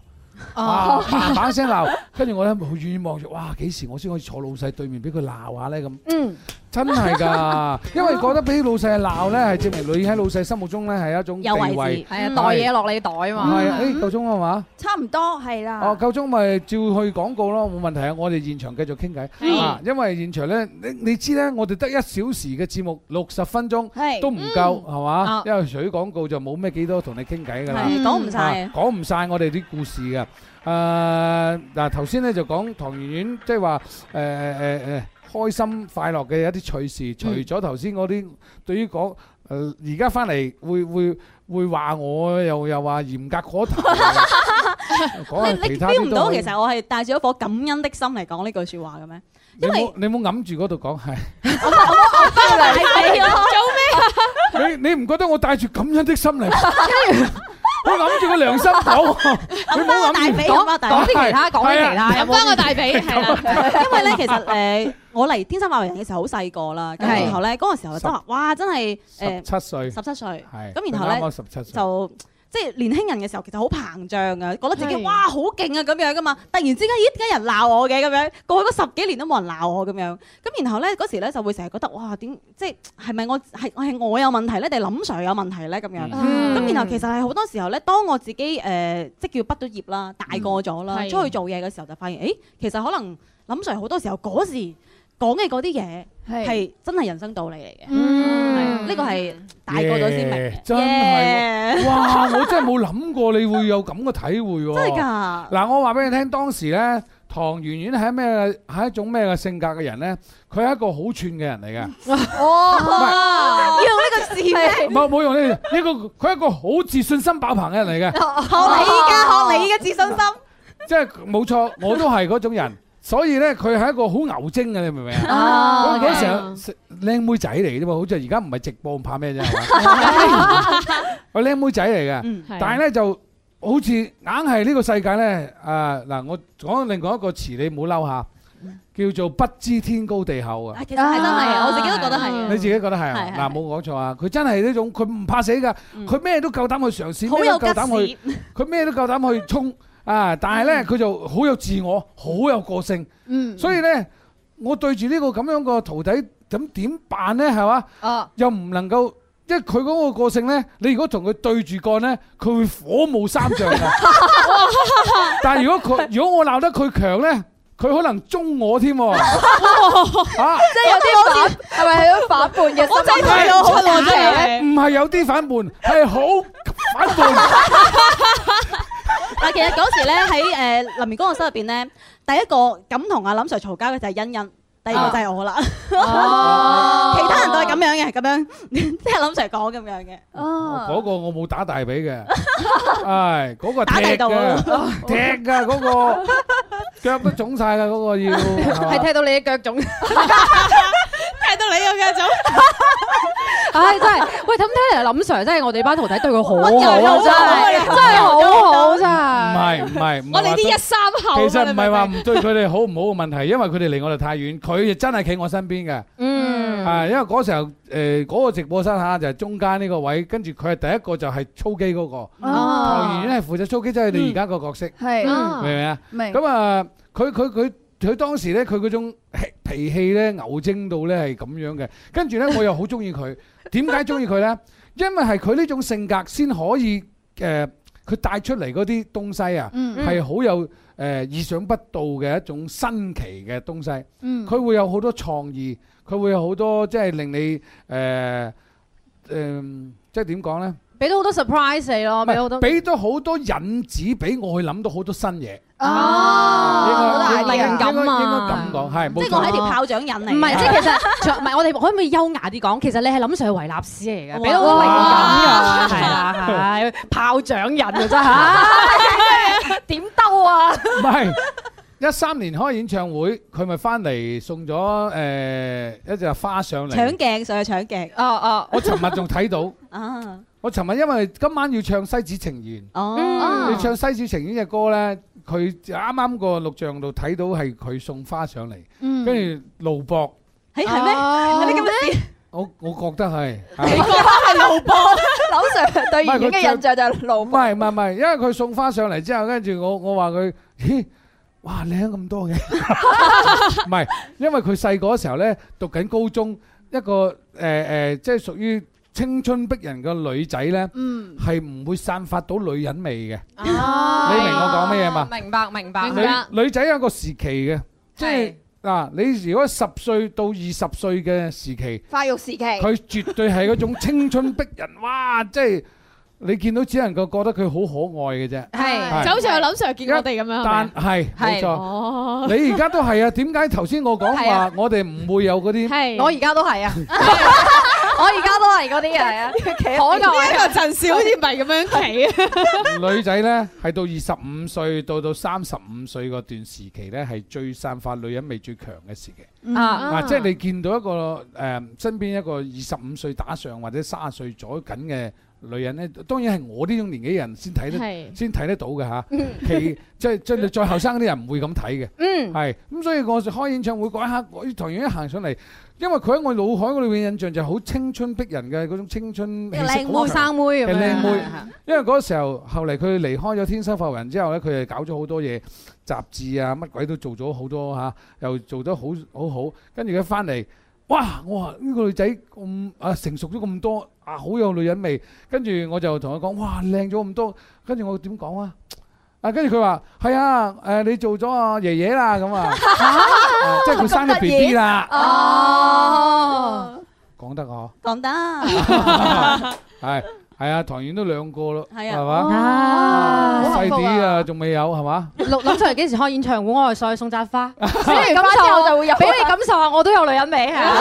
S2: 啊叭叭聲鬧。跟住我呢，好遠遠望住，哇！幾時我先可以坐老細對面俾佢鬧下呢？咁
S6: 嗯，
S2: 真 係㗎，因為覺得俾老細鬧呢，係證明你喺老細心目中呢係一種地
S5: 有位
S2: 位
S5: 置。
S6: 係啊，
S2: 嗯
S6: 袋嘢落你袋啊嘛。
S2: 係啊，誒夠鐘啊嘛，
S3: 差唔多係啦。
S2: 哦夠鐘咪照去廣告咯，冇問題啊！我哋現場繼續傾偈。
S4: 係
S2: 啊，因為現場咧，你你知咧，我哋得一小時嘅節目，六十分鐘
S3: 係
S2: 都唔夠，係嘛
S6: 啊？
S2: 因為除咗廣告就冇咩幾多同你傾偈㗎啦。
S5: 係講唔晒
S2: 啊。講唔晒我哋啲故事嘅。誒嗱，頭先咧就講唐圓圓，即係話誒誒誒開心快樂嘅一啲趣
S5: 嗯
S2: 事，除咗頭先嗰啲對於講誒而家翻嚟會會會話我又又話嚴格嗰 頭，講
S5: 你
S2: 下
S5: 你
S2: 其他啲
S5: feel 唔
S2: 都
S5: 到
S2: 可以
S5: 其實我係帶住一顆感恩的心嚟講呢句説話嘅咩？
S2: 你
S5: 因為
S2: 冇你冇揞住嗰度講係。
S5: 係啊，
S2: 你你唔覺得我帶住感恩的心 嚟？我諗住個良心講，你唔好
S5: 大
S2: 諗住
S5: 髀咁啊，大
S6: 講
S5: 髀。
S6: 啲其他，講啲其他，
S4: 揼
S6: 有冇？
S4: 翻個大髀，係啦，
S5: 因為咧，其實誒，我嚟天生發為人嘅時候好細個啦，咁
S6: 係
S5: 然後咧嗰陣時候真係話，哇，真係
S2: 十
S5: 誒
S2: 七歲
S5: 十七歲，
S2: 係
S5: 咁然後咧
S2: 啱啱十七歲，
S5: 就即係年輕人嘅時候其實好膨脹啊，覺得自己
S6: 係
S5: 哇好勁啊咁樣噶嘛，突然之間咦點解人鬧我嘅咁樣？過去嗰十幾年都冇人鬧我咁樣，咁然後咧嗰時咧就會成日覺得哇點即係係咪我係係我有問題咧定係林 Sir 有問題咧咁樣？
S6: 嗯
S5: 咁、然後其實係好多時候咧，當我自己誒、呃即叫畢咗業啦，大個咗啦，
S6: 係
S5: 出去做嘢嘅時候就發現，誒其實可能林 Sir 好多時候嗰時講嘅嗰啲嘢
S3: 係
S5: 係真係人生道理嚟嘅，係啊
S6: 嗯
S5: 呢個係大個咗先明嘅
S2: Yeah，真係
S5: Yeah，
S2: 哇！我真係冇諗過你會有咁嘅體會喎。
S5: 真係㗎，
S2: 嗱，我話俾你聽，當時咧，唐圓圓係咩係一種咩嘅性格嘅人咧？佢係一個好串嘅人嚟嘅，
S5: 要用呢個字咩？
S2: 唔係冇用呢呢個佢係一個好自信心爆棚嘅人嚟 嘅，
S5: 學你依家學你依家自信心，
S2: 即係冇錯，我都係嗰種人，所以咧佢係一個好牛精嘅，你明唔明啊？
S6: 啊
S5: 哦
S2: 咁嗰
S6: OK
S2: 時候靚妹仔嚟嘅啫嘛，好似而家唔係直播，怕咩啫？係 嘛 我靚妹仔嚟嘅。
S5: 嗯，
S6: 係
S2: 但係咧就好似硬係呢個世界咧，啊嗱，我講另外一個詞，你唔好嬲下，叫做不知天高地厚啊！
S5: 啊嗯其實係真係，我自己都覺得
S6: 啊
S5: 係，
S2: 你自己覺得係啊
S5: 係係
S2: 嗱，冇講錯啊！佢真係呢種，佢唔怕死㗎，
S5: 嗯
S2: 佢咩都夠膽去嘗試，
S5: 好
S2: 咩都
S5: 有
S2: 夠膽去，
S5: 吉 嗯士，
S2: 佢咩都夠膽去衝啊！但係咧，佢就好有自我，好有個性，
S3: 嗯，
S2: 所以咧，我對住呢個咁樣個徒弟，咁點辦咧？係嘛？
S3: 哦，
S2: 又唔能夠，因為佢嗰個個性咧，你如果同佢對住幹咧，佢會火冒三丈㗎。但係如果佢，如果我鬧得佢強咧，佢可能中我添喎。啊，
S3: 即係有啲反，係咪有啲反叛嘅心態？我真
S2: 係睇到
S5: 啊
S4: 好難聽
S2: 唔係有啲反叛，係好反叛。
S5: 但啊其實嗰時咧喺誒林如光嘅室入邊咧，第一個咁同阿林 Sir 嘈交嘅就係欣欣，第二個就係我啦。
S6: 哦
S5: 其他人都係咁樣嘅，咁樣啊即係林 Sir 講咁樣嘅。
S2: 嗰個我冇打大髀嘅，唉，嗰個踢
S5: 打地道
S2: 嘅
S5: 啊，
S2: 踢㗎嗰個，腳都腫晒啦，嗰個要係
S6: 係
S2: 嘛
S6: 踢到你嘅腳腫，
S4: 睇到你咁嘅種，
S6: 唉真係，喂咁睇嚟林 Sir 真係我哋班徒弟對佢好
S2: 好
S6: 好
S2: 好
S6: 啊，真係真係好好真
S2: 唔
S6: 係，
S2: 係唔係唔係
S4: 我哋
S2: 話
S4: 啲一三後啊，
S2: 其實唔係話
S4: 你明明
S2: 唔對佢哋好唔好嘅問題，因為佢哋離我哋太遠，佢就真係企我身邊嘅。
S6: 嗯
S2: 啊，因為嗰時候誒嗰個直播室嚇就係中間呢個位，跟住佢係第一個就係操機嗰個，
S3: 哦，
S2: 唐圓圓係負責操機，即係你而家個角色，
S3: 係
S2: 明
S6: 啊
S2: 唔明啊？
S3: 明
S2: 咁啊，佢佢佢佢當時咧，佢嗰種脾脾氣咧牛精到咧係咁樣嘅，跟住咧我又好中意佢。點解中意佢咧？因為係佢呢種性格先可以誒，佢帶出嚟嗰啲東西啊。
S3: 嗯
S2: 係好有誒、呃意想不到嘅一種新奇嘅東西，
S3: 嗯
S2: 佢會有好多創意，佢會有好多即係令你誒誒、嗯即係點講呢？
S6: 俾到好多 surprise 你咯，俾到好多。
S2: 俾咗好多引子俾我去諗到好多新嘢，
S3: 哦，好
S6: 應該靈
S3: 大嘅
S6: 感
S2: 應該應該
S6: 啊
S2: 咁講係冇
S5: 即係我係
S2: 錯。
S5: 條炮仗引嚟。
S6: 唔係，即係其實唔係，我哋可唔可以優雅啲講？其實你係諗上去維納斯嚟嘅，
S5: 哇
S6: 俾到好靈感㗎，係啊，係 炮仗人啊，真係 點兜啊？
S2: 唔係一三年開演唱會，佢咪翻嚟送咗誒、呃一隻花上
S5: 搶
S2: 嚟。
S5: 鏡上去搶鏡
S6: 哦哦，
S2: 我尋日仲睇到，
S5: 啊！
S2: 我尋日因為今晚要唱《西子情緣》。
S5: 哦
S6: 嗯，
S2: 你唱《西小情緣》只歌咧，佢啱啱個錄像度睇到係佢送花上嚟，
S3: 嗯
S2: 跟住路博，
S5: 誒係咩？係你咁嘅事？
S2: 我我覺得係，
S3: 你
S2: 啊
S3: 覺得係路博？柳 Sir 對演嘅印象就係路
S2: 唔
S3: 博。
S2: 係唔係唔係，因為佢送花上嚟之後，跟住我我話佢，咦，哇靚咁多嘅， 唔係，因為佢細個嗰時候咧讀緊高中，一個誒誒、呃即係屬於青春逼人嘅女仔咧，
S3: 嗯，
S2: 係唔會散發到女人味嘅。
S6: 你明
S2: 我講咩嘢嘛
S6: 明白明白，
S4: 明白
S2: 女女仔有一個時期嘅，即係
S6: 係
S2: 嗱，你如果十歲到二十歲嘅時期。
S3: 發育時期。
S2: 佢絕對係嗰種青春逼人，哇！即係你見到只能夠覺得佢好可愛嘅啫。
S6: 係
S2: 係
S4: 就好似阿林 Sir 見我哋咁樣，係咪
S2: 但
S4: 啊
S2: 係冇
S6: 係
S2: 錯，
S4: 哦，
S2: 你而家都係啊？點解頭先我講
S3: 係
S2: 話
S3: 啊
S2: 我哋唔會有嗰啲？
S4: 係
S6: 我而家都係
S3: à.
S6: 啊，我而家都係嗰啲人啊，
S4: 我
S6: 可
S4: 呢一
S6: 愛。
S4: 個陣時好似唔係咁樣企啊，
S2: 女仔呢，係到二十五歲到到三十五歲嗰段時期呢，係最散發女人味最強嘅時期。
S6: 啊，
S2: 嗱，即係你見到一個誒身邊一個二十五歲打上或者三十歲左緊嘅女人咧，當然係我呢種年紀人先睇得
S4: 係
S2: 先睇得到嘅嚇。其即係即係你再後生嗰啲人唔會咁睇嘅，
S6: 嗯，
S2: 係咁所以我開演唱會嗰一刻，我唐人一行上嚟，因為佢喺我腦海嗰裏面印象就係好青春逼人嘅嗰種青春氣息好
S6: 後
S2: 強。
S6: 生妹咁
S2: 嘅靚
S6: 樣，
S2: 妹因為嗰時候後嚟佢離開咗天生發圍人之後咧，佢係搞咗好多嘢雜誌啊，乜鬼都做咗好多嚇、又做得好好好。跟住佢翻嚟，哇！我話呢、個女仔咁啊成熟咗咁多啊，好有女人味。跟住我就同佢講，哇靚咗咁多。跟住我點講啊？啊！跟住佢話係啊，誒、你做咗啊爺爺啦咁啊，啊即係佢生咗 B B 啦，
S5: 哦，
S2: 講得啊，
S5: 講得，
S2: 係係啊，唐園都兩個咯，
S5: 係啊
S2: 係嘛？
S6: 哦啊
S3: 好
S2: 細
S3: 幸福
S2: 啲
S3: 啊
S2: 啊，仲未有係嘛？
S6: 六諗出嚟幾時開演唱會，我係上去送扎花，
S3: 俾完花之後就會入
S6: 俾你感受下，我都有女人味啊！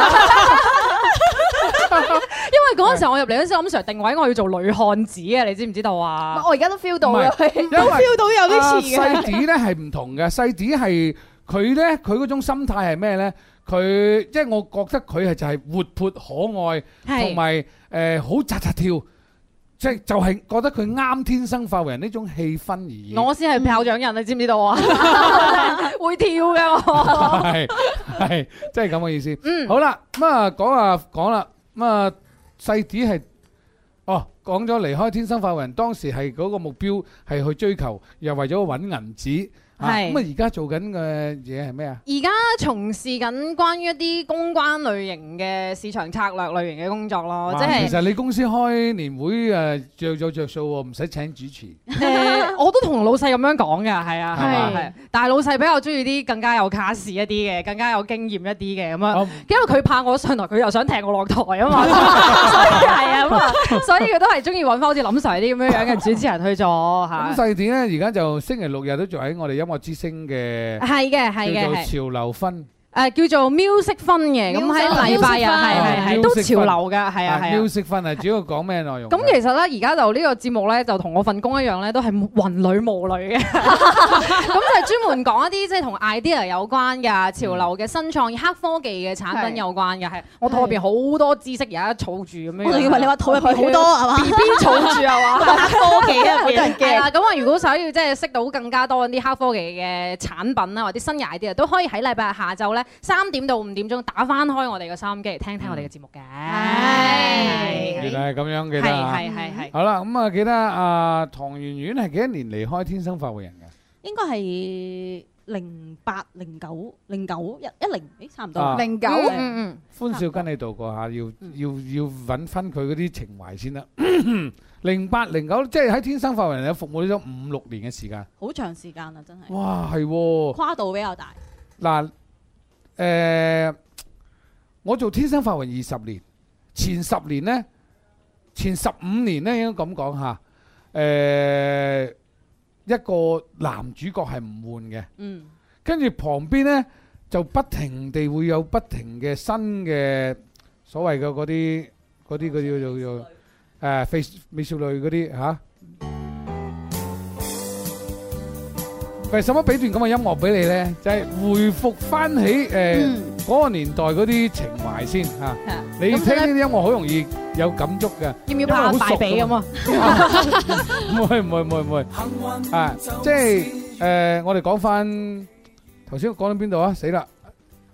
S6: 因為嗰陣時候我入嚟嗰陣時，林 Sir 定位我要做女漢子啊，你知唔知道啊？
S3: 我而家都 feel 到啦，
S2: 因為
S4: feel 到有
S2: 啊
S4: 啲似嘅。
S2: 細子咧係唔同嘅，細子係佢咧，佢嗰種心態係咩咧？佢即係我覺得佢係就係活潑可愛，同埋誒好扎扎跳，即係就係覺得佢啱天生發為人呢種氣氛而已。
S6: 我先係炮仗人，你知唔知道啊？ 會跳嘅 我，
S2: 係係即係咁嘅意思。好啦，咁啊講啊講啦，咁啊細子係哦講咗離開天生發圍人，當時係嗰個目標係去追求，又為咗揾銀紙。啊
S6: 係
S2: 咁啊，而家做緊嘅嘢係咩啊？
S6: 而家從事緊關於一啲公關類型嘅市場策略類型嘅工作咯，即
S2: 哇
S6: 係
S2: 其實你公司開年會誒著咗着數喎，唔使請 主持。
S6: 誒，呃我都同老細咁樣講㗎，係啊，係啊
S2: 係
S6: 係啊，但係老細比較中意啲更加有卡士一啲嘅，更加有經驗一啲嘅咁樣。
S2: 哦
S6: 因為佢怕我上台，佢又想踢我落台 啊嘛，所以係啊咁啊，所以佢都係中意揾翻好似林 Sir 啲咁樣樣嘅主持人去做
S2: 咁
S6: 嚇。
S2: 細點咧，而家就星期六日都做喺我哋音樂之星嘅
S6: 係嘅， 係
S2: 叫
S6: 嘅，
S2: 做
S6: 係
S2: 潮流分
S6: 誒呃叫做 music 分嘅，咁喺
S3: Music
S6: 禮拜日
S4: Music
S6: 啊係係係
S2: Fun
S6: 都潮流㗎，係啊係啊。
S2: music 分啊，主要講咩內容㗎？
S6: 咁其實咧，而家就呢個節目咧，就同我份工一樣咧，都係雲裏霧裏嘅。咁就專門講一啲即係同 idea 有關嘅潮流嘅新創意、黑科技嘅產品有關嘅，係我肚入邊好多知識而家儲住咁樣。
S5: 我仲以為你話肚入邊好 多係嘛？
S6: B B 儲住啊 嘛？
S5: 科技啊，俾 人
S6: 係
S5: 驚。
S6: 啦，咁我如果想要即係識到更加多啲黑科技嘅產品啊啦，或者新嘅 idea，都可以喺禮拜日下晝咧三點到五點鐘打翻開我哋嘅收音機嚟聽聽我哋嘅節目嘅。
S2: 原
S6: 係
S2: 來係咁樣嘅
S6: 係
S2: 啦。
S6: 係係係。
S2: 好啦，咁啊，記得啊，唐圓圓係幾多年離開天生發匯人嘅？
S5: 應該係零八、零九、零九一一零，誒差唔
S2: 啊
S5: 多。
S3: 零九
S5: 嗯
S6: 嗯
S2: 歡笑跟你度過下，要要要揾翻佢嗰啲情懷先得。零八零九，即係喺天生發圍人有服務咗五六年嘅時間。
S5: 好長時間啦，真係
S2: 哇，係喎
S5: 跨度比較大。
S2: 嗱，誒，我做天生發圍二十年，前十年呢，前十五年呢，應該咁講嚇。誒，一個男主角係唔換嘅。
S5: 嗯，
S2: 跟住旁邊呢，就不停地會有不停嘅新嘅所謂嘅嗰啲嗰啲嗰啲叫做叫做誒美美少女嗰啲嚇。為什麼俾段咁嘅音樂俾你呢？就係、回復翻起誒嗰、
S6: 嗯
S2: 個年代嗰啲情懷先嚇。你
S6: 咁
S2: 聽呢
S6: 咧
S2: 啲音樂好容易有感觸 嘅。
S6: 嗯要唔要拍下大髀咁啊？
S2: 唔會唔會唔會唔會，啊！即係誒，我哋講翻頭先講到邊度啊？死啦！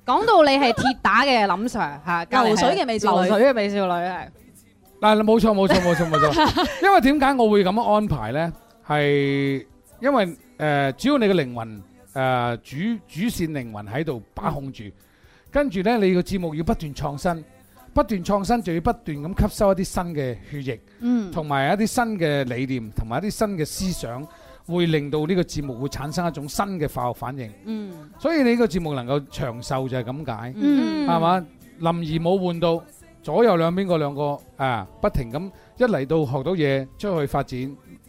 S6: 講到你係鐵打嘅林 Sir 嚇，隔離係
S5: 流水嘅美少女
S6: 流水嘅美少女係
S2: 嗱，冇錯冇錯冇錯冇錯，因為點解我會咁樣安排咧？係因為誒、呃只要你嘅靈魂誒、呃主主線靈魂喺度把控住，跟住咧你個節目要不斷創新，不斷創新就要不斷咁吸收一啲新嘅血液，
S3: 嗯，
S2: 同埋一啲新嘅理念，同埋一啲新嘅思想，會令到呢個節目會產生一種新嘅化學反應。
S5: 嗯，
S2: 所以你個節目能夠長壽就係咁解，
S5: 嗯
S2: 係嘛、林兒冇換到左右兩邊嗰兩個啊，不停咁一嚟到學到嘢，出去發展，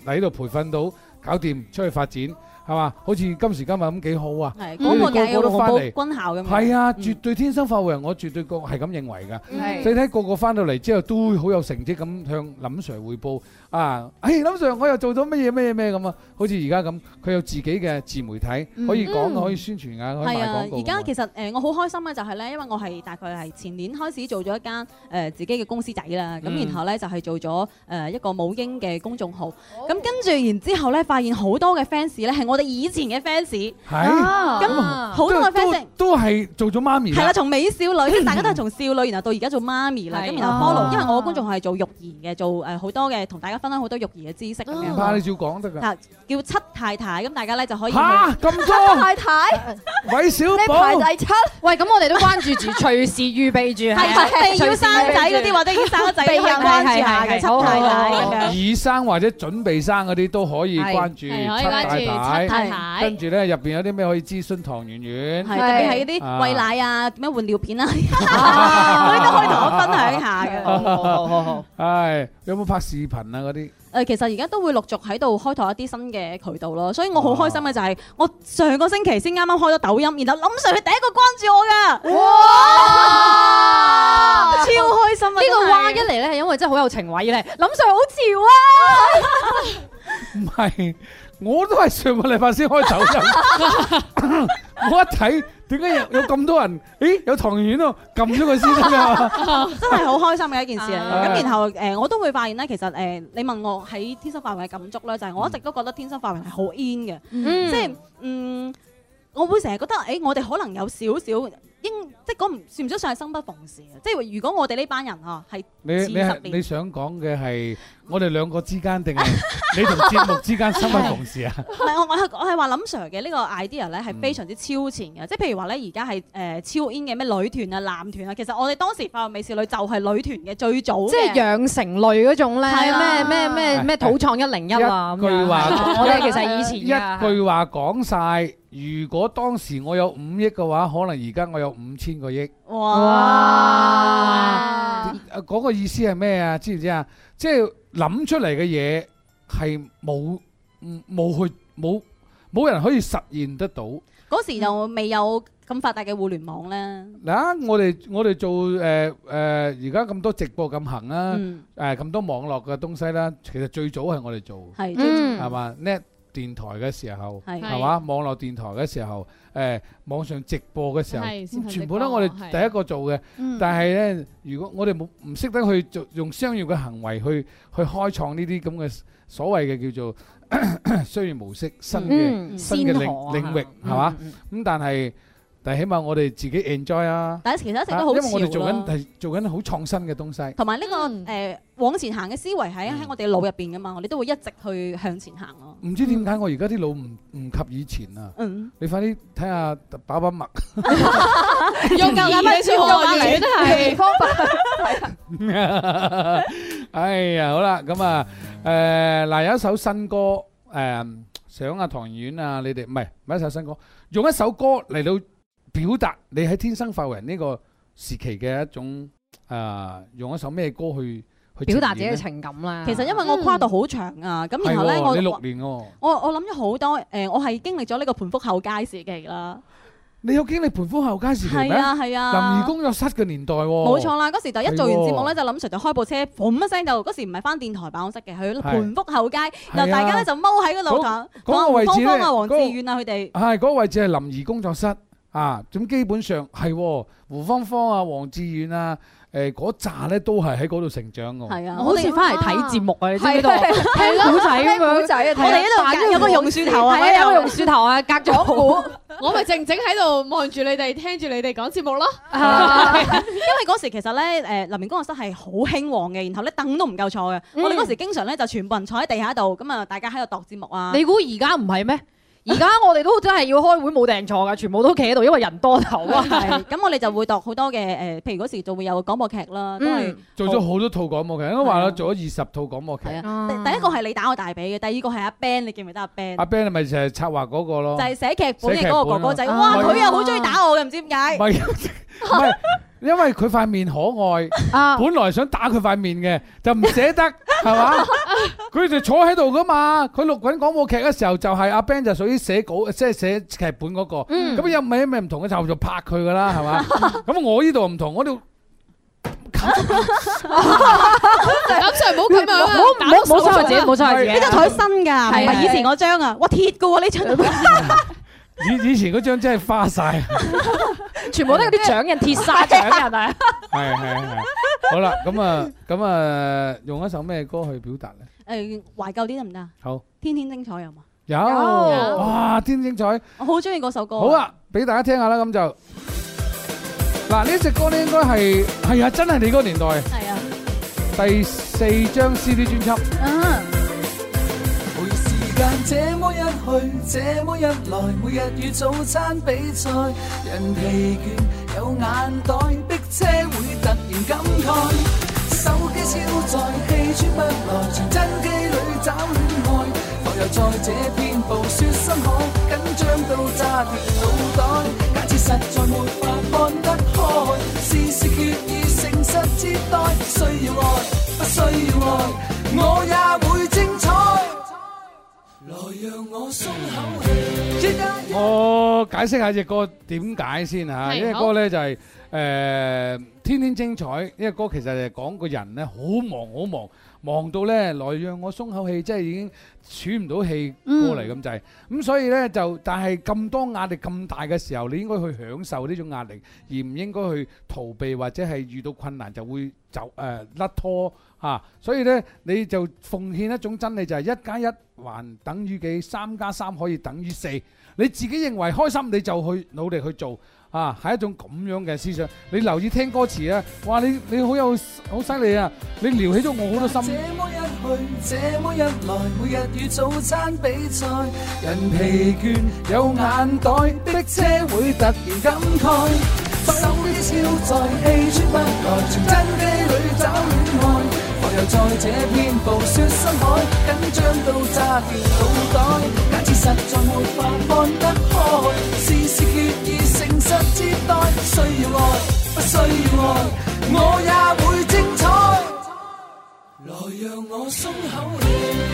S2: 嚟呢度培訓到，搞掂出去發展，係係嘛？好似今時今日咁幾好啊！
S5: 係
S2: 嗯
S5: 嗰個又
S2: 個個
S5: 有
S2: 都
S5: 紅
S2: 返
S5: 布
S2: 嚟
S5: 軍校咁樣。
S2: 係啊，
S5: 嗯
S2: 絕對天生發福人，我絕對個係咁認為㗎。
S3: 係
S2: 你睇個個翻到嚟之後都好有成績咁向林 Sir 匯報啊！哎，林 Sir 我又做到乜嘢乜嘢咩咁啊？好似而家咁，佢有自己嘅自媒體，
S5: 嗯
S2: 可以講
S5: 嗯
S2: 嘅，可以宣傳㗎，可以
S5: 係
S2: 賣
S5: 啊
S2: 廣，告㗎嘛。
S5: 而家其實誒、呃我好開心嘅就係咧，因為我係大概係前年開始做咗一間誒、呃自己嘅公司仔啦，咁、
S2: 嗯
S5: 然後咧就係、做咗誒、呃一個母嬰嘅公眾號，咁、
S2: 哦
S5: 跟住然之後咧發現好多嘅 fans 咧係我哋以前嘅 fans，
S2: 係
S3: Ờ.
S5: 咁好多
S2: 都
S5: 嘅
S2: 都
S5: fans。
S2: 都係做咗媽咪
S5: 係
S2: 啦
S5: 啦，。從美少女，即係大家都係從少女，然後到而家做媽咪啦，
S4: 係
S5: 咁然後
S6: 啊
S5: follow，因為我嘅觀眾係做育兒嘅，做誒好多嘅同大家分享好多育兒嘅知識咁
S2: 唔
S5: 樣，
S2: 怕你照講得㗎。
S5: 哦嗱叫七太太，咁大家咧就可以去
S2: 吓咁 多，
S3: 太太，
S2: 韋小
S3: 你
S2: 寶
S3: 排第七，
S6: 喂，咁我哋都關注住， 隨時預備住。
S5: 係準備要生仔嗰啲，或者已經生咗仔都可以關注下嘅七太太咁樣。
S2: 已生或者準備生嗰啲都可以
S6: 係
S2: 關注
S4: 係可以關注
S2: 七太
S4: 七
S2: 太，
S4: 太太
S2: 跟，住咧入邊有啲咩可以諮詢唐圓圓。
S5: 係特別係嗰啲喂奶啊，點樣換尿片啊，
S2: 啊
S5: 佢都可以同我分享下嘅。
S6: 好好好好。
S2: 唉，有冇拍視頻啊嗰啲？
S5: 誒，呃其實而家都會陸續喺度開拓一啲新嘅渠道咯，所以我好開心嘅就係我上個星期先啱啱開咗抖音，然後林 Sir 佢第一個關注我㗎，
S6: 哇！
S5: 超開心啊！
S6: 呢個哇一
S5: 真係
S6: 嚟咧，係因為真係好有情位咧，林 Sir 好潮
S2: 唔
S6: 啊！
S2: 係，我都係上個禮拜先開抖音。 我一睇，點解有有咁多人？咦，有唐圓圓喎，撳咗佢先啊！
S5: 真係好開心嘅一件事嚟
S2: 啊
S5: 嘅。咁然後誒，我都會發現咧，其實誒，你問我喺天生發明嘅感觸咧，就係我一直都覺得天生發明係好 in 嘅。
S6: 即
S5: 即係嗯，我會成日覺得，誒、我哋可能有少少應，即係講唔算唔上係生不逢時啊嘅。即係如果我哋呢班人啊，係
S2: 你
S5: 自
S2: 你係
S5: 十年
S2: 你想講嘅係我哋兩個之間，定係你同節目之間生不逢時啊？
S5: 唔係我我係我係話林 Sir 嘅呢個 idea 咧
S2: 嗯
S5: 係非常之超前嘅。即係譬如話咧，而家係誒超 in 嘅咩女團啊、男團啊，其實我哋當時發育美少女就係女團嘅最早
S6: 即係
S5: 嘅
S6: 養成類嗰種咧，
S5: 係
S6: 咩
S5: 啊
S6: 咩咩咩土創一零一啊，
S2: 一句話
S6: 咁樣我哋其實以
S2: 一
S6: 前㗎
S2: 句話講晒，如果當時我有五億嘅話，可能而家我有五千個億。
S5: 哇！
S2: 啊嗰個意思係咩啊？知唔知啊？即係諗出嚟嘅嘢係冇嗯冇去冇冇人可以實現得到。
S5: 嗰時就未有咁發達嘅互聯網咧，
S2: 嗱，我哋我哋做誒誒而家咁多直播咁行啦，
S5: 嗯，
S2: 誒咁多網絡嘅東西啦，其實最早係我哋做
S5: 係最早
S2: 係
S6: 嗯，
S2: 嘛？net 電台嘅時候
S5: 係
S2: 係嘛？網絡電台嘅時候，誒網上直播嘅時候。
S4: 係先
S2: 全部都我哋第一個做嘅，
S5: 嗯
S2: 但係咧，如果我哋冇唔識得去做用商業嘅行為去去開創呢啲咁嘅所謂嘅叫做 商業模式新嘅，
S6: 嗯，
S2: 新
S6: 先
S2: 嘅
S6: 河啊
S2: 領領域係嘛？
S6: 嗯嗯
S2: 咁但係但係起碼我哋自己 enjoy 啊，
S5: 但係其實一直
S2: 啊
S5: 都
S2: 因
S5: 好
S2: 為
S5: 潮
S2: 我哋做緊
S5: 咯。
S2: 係做緊好創新嘅東西。
S5: 同埋呢個
S4: 嗯
S5: 誒往前行嘅思維喺
S2: 嗯
S5: 喺我哋腦入邊噶嘛，我哋都會一直去向前行咯。
S2: 唔知點解我而家啲腦唔唔及以前啊！
S5: 嗯，
S2: 你快啲睇下把把脈，
S4: 用舊嘅書我嚟都係
S3: 方法
S2: 哎呀，好啦，咁啊，誒嗱有一首新歌，誒想啊唐園啊，你哋唔係唔係一首新歌，用一首歌嚟到表達你喺天生發圍人呢個時期嘅一種誒，用一首咩歌去去
S6: 表達自己
S2: 呈現呢
S6: 嘅情感啦。
S5: 其實因為我跨度好長啊，咁然後
S2: 係喎你
S5: 咧
S2: 六
S5: 我
S2: 年喎，
S5: 我我諗咗好多誒，我係經歷咗呢個盤福後街時期啦，
S2: 你有經歷盤夫後街時期咩？
S5: 係啊係
S2: 林兒
S5: 啊。
S2: 工作室嘅年代喎，
S5: 冇錯啦，嗰時就一做完節目
S2: 哦係喎
S5: 咧，就林 Sir 就開部車，嘭一聲就嗰時唔係翻電台辦公室嘅，去盤福後街，
S2: 係啊，
S5: 然後大家咧就踎喺嗰度
S2: 嗰
S5: 講
S2: 嗰個位
S5: 講
S2: 置
S5: 方
S2: 咧
S5: 方啊、黃志
S2: 嗰個
S5: 遠啊佢哋，
S2: 係嗰個位置係林兒工作室啊，咁基本上係喎胡芳芳啊、黃志遠啊、誒嗰扎咧都係喺嗰度成長嘅喎。
S5: 係啊，
S6: 我好似翻嚟睇節目啊，你知唔知道？
S3: 係係
S6: 聽古仔咁樣
S3: 古，仔啊，
S5: 我哋
S6: 扮
S5: 呢
S6: 咗
S5: 度有個
S6: 個
S5: 榕樹頭啊，
S6: 係啊，有個
S5: 喺
S6: 榕樹頭啊，隔咗 好。
S4: 我咪靜靜喺度望住你哋，聽住你哋講節目咯。
S3: Ờ.
S5: 因為嗰時其實咧，誒林明工作室係好興旺嘅，然後咧凳都唔夠坐嘅。
S6: 嗯
S5: 我哋嗰時經常咧就全部人坐喺地下度，咁啊大家喺度度節目 啊。
S6: 你估而家唔係咩？而家我哋都真係要開會冇訂坐㗎，全部都企喺度，因為人多頭啊。
S5: 係咁，我哋就會度好多嘅誒，譬如嗰時就會有廣播劇啦，都係
S2: 做咗好多套廣播劇，應該話我做咗二十套廣播劇。
S5: 係啊。
S6: 嗯
S5: 第第一個係你打我大髀嘅，第二個係阿 Ben，你記唔記得阿 Ben？
S2: 阿 Ben 咪就係策劃嗰個
S5: 就
S2: 咯，
S5: 係寫劇本嘅嗰個哥哥仔，
S6: 寫劇本啊
S5: 哇！
S2: 啊
S5: 佢又好中意打我嘅，唔知點
S2: 唔
S5: 解。
S2: 係唔 係因為佢塊面可愛，
S6: 啊，
S2: 本來想打佢塊面嘅，就唔捨得係嘛，佢哋坐喺度噶嘛，佢錄緊廣播劇嘅時候就係阿 Ben 就屬於寫稿，即係寫劇本嗰個。
S6: 嗯
S2: 咁又咪咪唔同嘅時候就拍佢噶啦，係 嘛？咁我呢度唔同，我呢度
S4: 咁 Sir 唔好咁樣啊，
S6: 唔好唔好
S4: 打
S6: 傷害
S4: 手
S6: 自己，唔好傷害自己
S5: 呢張台新㗎，唔
S6: 係
S5: 係以前嗰張啊，哇鐵㗎喎呢張，
S2: 以以前嗰張真係花晒。
S6: 全部都係啲掌印鐵砂掌印啊！
S2: 係係係。好啦，咁啊咁啊，用一首咩歌去表達咧？
S5: 誒懷舊啲得唔得啊？
S2: 好，
S5: 天天精彩有嘛？
S2: 有
S6: 有啊
S2: 哇，天精彩！
S5: 我好中意嗰首歌。
S2: 好，啊，俾大家聽下啦，咁就嗱呢只歌咧，應該係係啊，真係你嗰個年代
S5: 係啊，
S2: 第四張 CD 專輯。
S1: 每時間這麼一去，這麼一來，每日與早餐比賽，人疲倦有眼袋，逼車會突然感慨，手機超載，氣喘不來，傳真機裏找戀愛，浮游在這片暴雪深海，緊張到炸掉腦袋，假設實在沒法看得開，事事決意誠實接待，需要愛，不需要愛，我也會精彩。來讓我鬆口氣，一加一
S2: 我解釋下只歌點解先嚇，
S4: 係
S2: 呢只歌咧就係誒天天精彩，呢只歌其實係講個人咧好忙好忙，忙到咧來讓我鬆口氣，即係已經喘唔到氣過嚟咁滯。咁所以咧就但係咁多壓力咁大嘅時候，你應該去享受呢種壓力，而唔應該去逃避或者係遇到困難就會走誒甩拖。啊，所以咧你就奉獻一種真理，就係一加一還等於幾，三加三可以等於四。你自己認為開心，你就去努力去做啊，係一種咁樣嘅思想。你留意聽歌詞啊，哇！你你好有好犀利啊！你撩起咗我好多
S1: 這
S2: 心。
S1: 麼一去，這麼一來，每日與早餐比賽，人疲倦有眼袋，逼車會突然感慨，手機超載，氣喘不來，傳真機裏找戀愛，我又在這片暴雪深海，緊張到炸掉腦袋，假設實在沒法看得開，事事決意誠實接待，需要愛，不需要愛，我也會精彩。來讓我鬆口氣，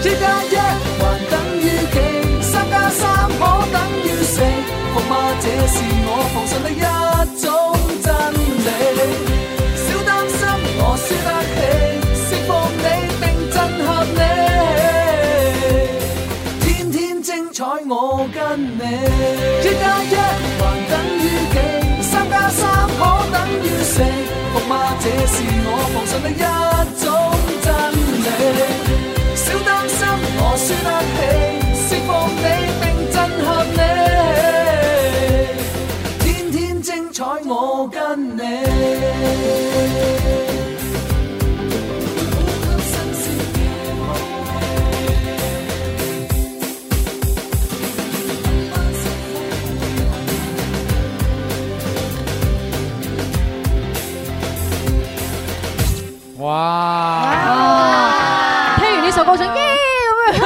S1: 一加一還等於幾？三加三可等於四？伏嗎？這是我奉信的一種真理。小擔心我輸得起，釋放你並震撼你，天天精彩我跟你。一加一還等於幾？三加三可等於四？伏嗎？這是我奉信的一種。真理，少擔心，我輸得起，釋放你並震撼你，天天精彩我跟你。
S2: 哇！
S6: 聽完呢首歌想耶咁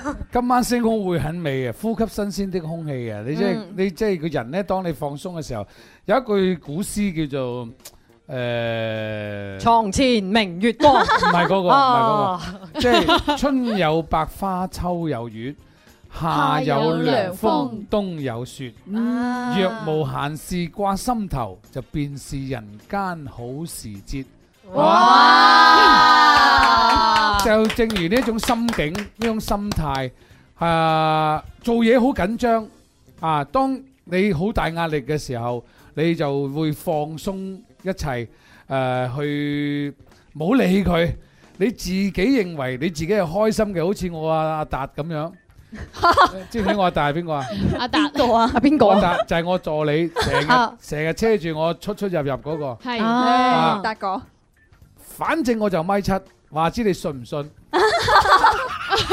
S6: 樣，
S2: 今晚星空會很美嘅，呼吸新鮮的空氣嘅。你即係你即係個人咧，當你放鬆嘅時候，有一句古詩叫做誒，
S6: 床前明月光。
S2: 唔係嗰個，唔係嗰個。
S6: 啊！
S2: 即係春有百花，秋有月，夏有涼風，冬有雪。若無閒事掛心頭，就便是人間好時節。
S5: 哇！
S2: 就正如呢一種心境，呢種心態，啊，做嘢好緊張啊！當你好大壓力嘅時候，你就會放鬆一切，誒，去冇理佢。你自己認為你自己係開心嘅，好似我阿阿達咁 樣，知唔知我阿達係邊個啊？
S4: 阿達
S5: 邊個啊？
S6: 啊邊個
S2: 我
S6: 啊
S2: 阿？達就係我助理，成 日
S5: 啊
S2: 成日車住我出出入入嗰個。
S4: 係
S6: 啊
S3: 達哥，
S2: 反正我就米七，話知你信唔信？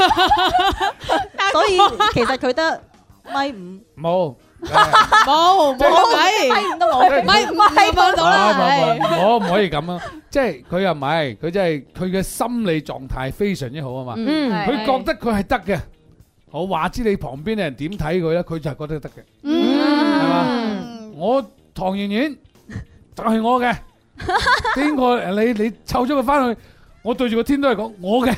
S5: 所以其實佢得米五，
S2: 冇。
S4: 冇冇計，
S5: 米五都
S2: 即
S5: 攞。
S2: 係
S4: 咪唔係放到啦，
S2: 啊
S4: 係
S2: 唔唔唔唔唔可以咁啊！ 即係佢又唔係，佢真係佢嘅心理狀態非常之好啊嘛。
S6: 嗯
S3: 係
S2: 佢覺得佢係得嘅，我話知你旁邊嘅人點睇佢咧，佢就係覺得得嘅。係嘛
S6: 嗯，
S2: 我 唐圓圓就係我嘅，邊個你你湊咗佢翻去，我對住個天都係講我嘅，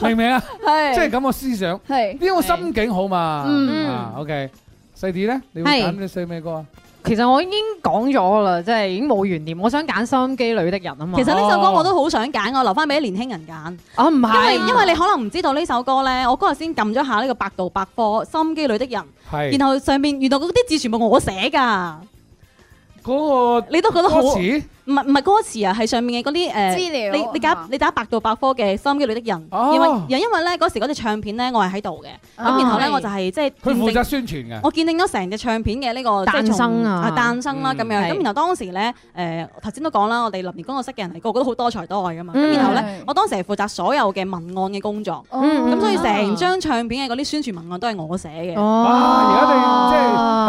S2: 明唔明啊？
S3: 係
S2: 即係咁個思想，
S3: 係
S2: 呢個心境好嘛？
S3: 嗯
S2: 啊，OK，細啲咧，你會
S6: 係
S2: 揀啲咩歌啊？
S6: 其實我已經講咗啦，即係已經冇懸念。我想揀收音機裏的人啊嘛。
S5: 其實呢首歌我都好想揀，我留翻俾啲年輕人揀。
S6: 啊唔
S5: 因
S6: 係
S5: 為，因為你可能唔知道呢首歌咧，我嗰日先撳咗下呢個百度百科《心機裏的人》，
S2: 係
S5: 然後上面原來嗰啲字全部我寫㗎，
S2: 嗰個
S5: 你都覺得
S2: 歌
S5: 好唔係
S2: 詞
S5: 唔係歌詞啊，係上面嘅嗰啲誒
S3: 資料
S6: 哦
S5: 你你
S3: 啊
S5: 打你打百度百科嘅《心機裏的人》
S2: 哦
S5: 因為因為咧嗰時嗰隻唱片咧我係喺度嘅，咁
S3: Ờ.
S5: 然後咧
S6: 哦係
S5: 我就係即係
S2: 佢負
S5: 見證
S2: 責啊宣傳嘅。
S5: 我見證咗成隻唱片嘅呢個即係從
S6: 誕生啊
S5: 誕生啦
S2: 嗯
S5: 咁樣。
S6: 係
S5: 咁然後當時咧，誒頭先都講啦，我哋林年工作室嘅人係個個都好多才多藝噶嘛。咁
S6: 嗯
S5: 然後咧
S3: 係，
S5: 我當時係負責所有嘅文案嘅工作，
S3: Ờ.
S6: 嗯
S5: 咁所以
S6: 啊
S5: 成張唱片嘅嗰啲宣傳文案都係我寫嘅。
S6: 哦
S2: 哇！而家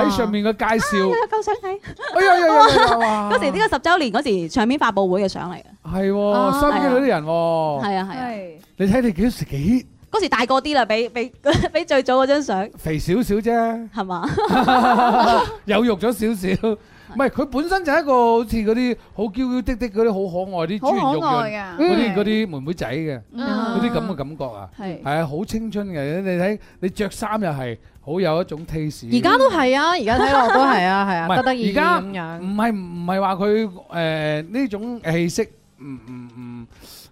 S2: 你即係喺上面嘅介紹，
S5: 夠想睇
S2: 哎呀呀呀呀呀！
S5: 嗰時呢個十週年嗰時唱片發佈會嘅相嚟嘅，
S2: 係喎，身邊嗰啲人喎，
S5: 係啊係啊。
S3: 係
S2: 你睇你幾時幾
S5: 嗰時大個啲啦，比 比比最早嗰張相
S2: 肥少少啫，
S5: 係嘛？
S2: 有肉咗少少。唔係，佢本身就係一個好似嗰啲好嬌嬌滴滴嗰啲好可愛啲
S3: 好
S2: 珠圓玉
S3: 可愛
S2: 潤
S3: 㗎，
S2: 嗰啲嗰啲妹妹仔嘅嗰
S3: 嗯
S2: 啲咁嘅感覺啊，
S3: 係
S2: 係啊，好青春嘅。你睇你着衫又係好有一種 taste。
S6: 而家都係啊，而家睇落都係啊，係
S2: 唔
S6: 啊，
S2: 係
S6: 得得意
S2: 而
S6: 意
S2: 家
S6: 咁樣。
S2: 唔係唔係話佢誒呢種氣息，唔唔唔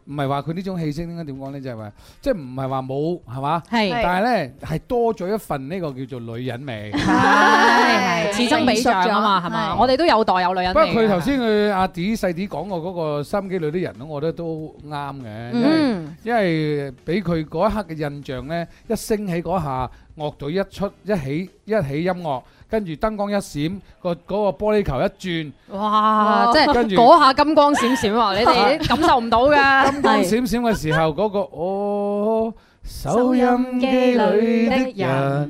S2: 唔係話佢呢種氣息應該點講咧？就係話即係唔係話冇係嘛？
S6: 係
S3: 係
S2: 但係咧係多咗一份呢個叫做女人 味。
S6: 啊係係
S3: 係
S6: 此生彼長啊嘛，
S3: 係
S6: 係嘛？我哋都有代有女人
S2: 不
S6: 味
S2: 過
S6: 㗎。
S2: 佢頭先佢阿 D 細 D 講過嗰個心機裏啲人咧，我覺得都啱嘅，因為
S6: 嗯
S2: 因為俾佢嗰一刻嘅印象咧，一升起嗰下，樂隊一出一起一起音樂，跟住燈光一閃，個嗰個玻璃球一轉。
S6: 哇！即
S2: 跟住
S6: 係嗰下金光閃閃啊！你 哋感受唔到㗎。
S2: 光閃閃嘅時候，嗰個哦，收音機裏的人，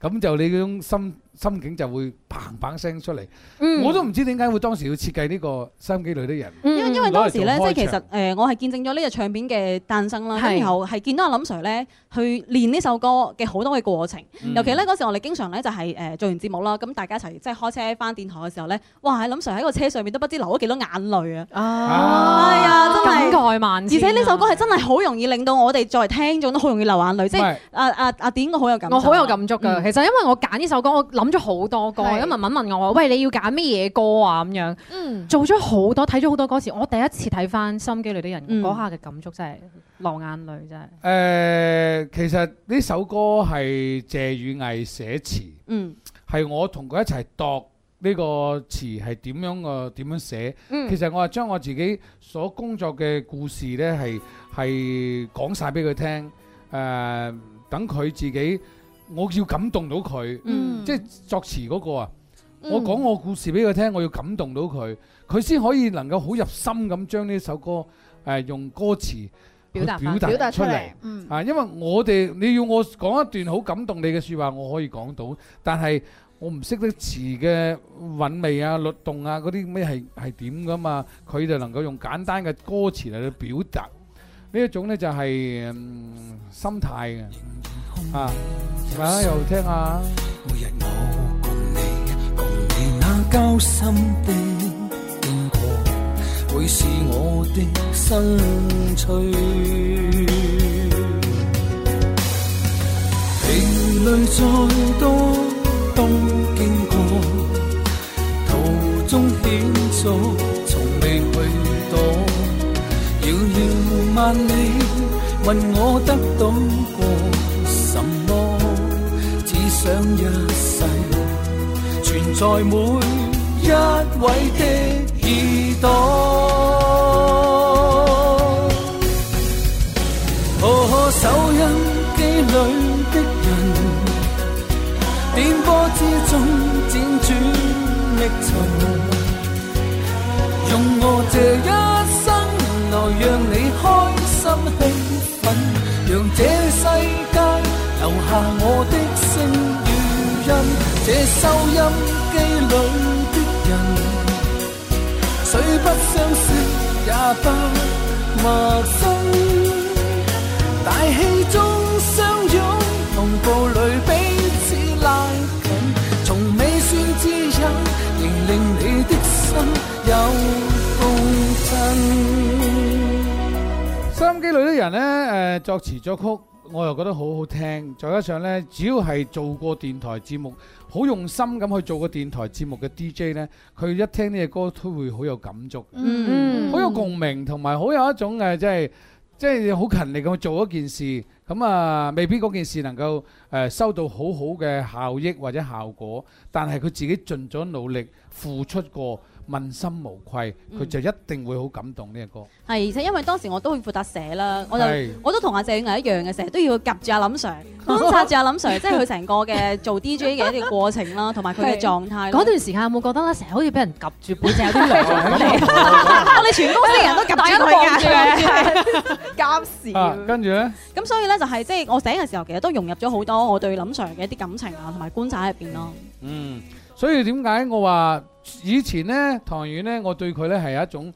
S2: 咁就你嗰種心心境就會砰砰聲出嚟。
S6: 嗯
S2: 我都唔知點解會當時要設計呢個收音機裏的人。
S6: 因
S5: 因為因為當時咧，
S2: 攞嚟
S5: 即
S2: 做開
S5: 係其實誒、呃我係見證咗呢隻唱片嘅誕生啦，
S6: 係
S5: 咁然後係見到阿林 Sir 咧去練呢首歌嘅好多嘅過程，
S2: 嗯
S5: 尤其咧嗰時我哋經常咧就係、呃做完節目啦，咁大家一齊即係開車翻電台嘅時候咧，哇！林 Sir 喺個車上面都不知流咗幾多眼淚啊！
S2: 啊
S5: 係啊真係
S6: 感慨萬
S5: 而
S6: 千啊
S5: 且呢首歌係真係好容易令到我哋作為聽眾都好容易流眼淚，即
S2: 唔
S5: 係啊
S2: 係
S5: 阿阿阿典我好有感受，
S6: 我好有感觸㗎，
S5: 嗯
S6: 其實因為我揀呢首歌，我諗咗好多歌，
S3: 係
S6: 因為文文問我話：喂，你要揀咩嘢歌啊？咁樣
S4: 嗯，
S6: 做咗好多，睇咗好多歌詞。我第一次睇翻《心機裏的人》
S5: 嗯
S6: 嗰下嘅感觸，真係流眼淚，真
S2: 誒，
S6: 係。
S2: 其實呢首歌係謝宇藝寫詞，
S5: 嗯
S2: 係我同佢一齊度呢個詞係點樣個點樣寫。其
S6: 嗯，
S2: 實我係將我自己所工作嘅故事呢，係係講晒俾佢聽，誒、等佢自己，我要感動到佢，
S5: 嗯
S2: 即係作詞嗰個啊，我講我故事俾佢聽，我要感動到佢，佢先可以能夠好入心咁將呢首歌誒、用歌詞
S6: 表達
S2: 去
S6: 返
S2: 表
S3: 表
S2: 達
S3: 達
S2: 出
S3: 出
S2: 嚟
S3: 嚟。，嗯
S2: 啊，因為我哋你要我講一段好感動你嘅説話，我可以講到，但係我唔識得詞嘅韻味啊、律動啊嗰啲咩係係點噶嘛，佢就能夠用簡單嘅歌詞嚟去表達。呢一種呢就係、嗯、心態嘅啊，大家又聽下。
S1: 每日我共你，共你那交心的經過，會是我的生趣。疲累再多都經過，途中險阻從未去躲。遙遙萬里，問我得到過什麼？只想一世存在每一位的耳朵。哦，手音機裏的人，電波之中輾轉覓尋，用我這一生來讓你開心興奮，讓這世界留下我的聲與音。這收音機裏的人，雖不相識也不陌生。大氣中相擁，同步裏彼此拉近，從未算知音，仍令你的心有共振。
S2: 人咧誒作詞作曲，我又覺得好好聽。再加上咧，只要係做過電台節目，好用心咁去做過電台節目嘅 DJ 咧，佢一聽呢只歌都會好有感觸。
S5: 嗯，
S2: 好有共鳴，同埋好有一種誒，即係即係好勤力咁做一件事，咁啊未必嗰件事能夠誒、呃收到好好嘅效益或者效果，但係佢自己盡咗努力，付出過，問心無愧，佢
S5: 嗯
S2: 就一定會好感動呢個歌。
S5: 係，而且因為當時我都要負責寫啦，我就
S2: 係
S5: 我都同阿鄭藝一樣嘅，成日都要夾住阿林 Sir，觀察住阿林 Sir，即係佢成個嘅做 DJ 嘅一個過程啦，同埋佢嘅狀態啦。
S6: 嗰段時間有冇覺得咧，成日好似俾人及住背脊有啲涼嚟？
S5: 我哋全公司嘅人都夾住佢㗎。
S3: 監視
S2: 啊，跟住呢，
S5: 咁所以咧就係即係我寫嘅時候，其實都融入咗好多我對林 Sir 嘅一啲感情啊，同埋觀察喺入邊咯。
S2: 嗯，所以點解我話以前呢，唐人呢，我對佢呢係有一種。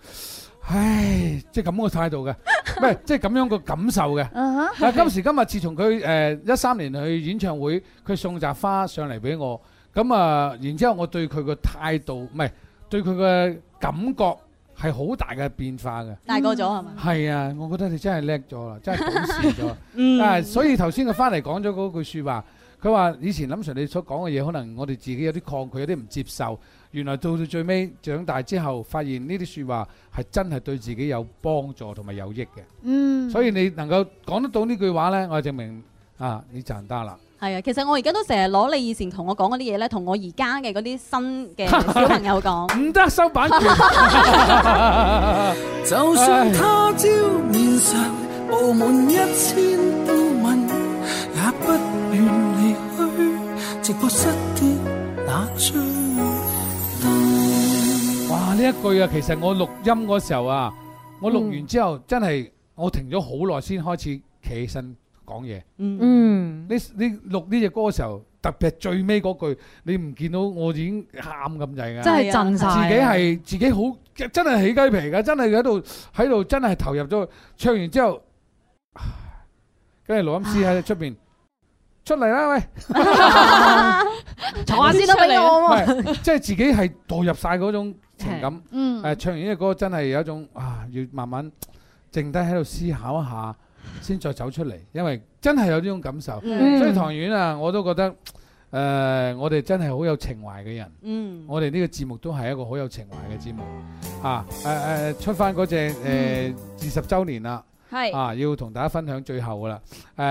S2: 唉，即係咁個態度嘅，唔係即係咁樣個感受嘅。
S3: 嗯
S2: 但今時今日，自從佢呃誒一三年去演唱會，佢送扎花上嚟俾我，咁啊，然之後我對佢個態度，唔係對佢嘅感覺係好大嘅變化嘅。
S5: 大個咗係嘛？
S2: 係啊，我覺得你真係叻咗啦，真係懂事咗。
S5: 嗯
S2: 啊，所以頭先佢翻嚟講咗嗰句説話，佢話以前林 Sir 你所講嘅嘢，可能我哋自己有啲抗拒，有啲唔接受。原來到到最尾長大之後，發現呢啲説話係真係對自己有幫助同埋有益嘅。
S3: 嗯，
S2: 所以你能夠講得到呢句話呢，我就證明啊，你賺得啦。
S5: 係啊，其實我而家都成日攞你以前同我講嗰啲嘢咧，同我而家嘅嗰啲新 嘅小朋友講。
S2: 唔得收版權，
S1: 就算他朝面上布滿一千刀吻，也不願離去直播室的那張凳。
S2: 哇！呢一句啊，其實我錄音嗰時候啊，我錄完之後真係我停咗好耐先開始企起身講嘢。
S5: 嗯，
S6: 嗯，
S2: 你你錄呢只歌嘅時候，特別係最尾嗰句，你唔見到我已經喊咁滯㗎。
S6: 真係震晒。啊
S2: 自己係 自己好真係起雞皮㗎，真係喺度喺度真係投入咗。唱完之後，唉跟住錄音師喺出邊出嚟啦，喂！
S6: 坐下先啦，
S4: 出嚟
S6: 俾我
S2: 唔
S6: 啊嘛。
S2: 係，即係自己係代入晒嗰種情 感。
S3: 嗯
S2: 誒，唱完呢隻歌真係有一種啊，要慢慢靜低喺度思考一下，先再走出嚟，因為真係有呢種感受。
S5: 嗯
S2: 所以唐園啊，我都覺得誒、呃我哋真係好有情懷嘅人。
S5: 嗯，
S2: 我哋呢個節目都係一個好有情懷嘅節目啊！誒、誒，出翻嗰只誒
S5: 嗯
S2: 二十週年啦。
S3: 係
S2: 啊，要同大家分享最後噶啦。誒、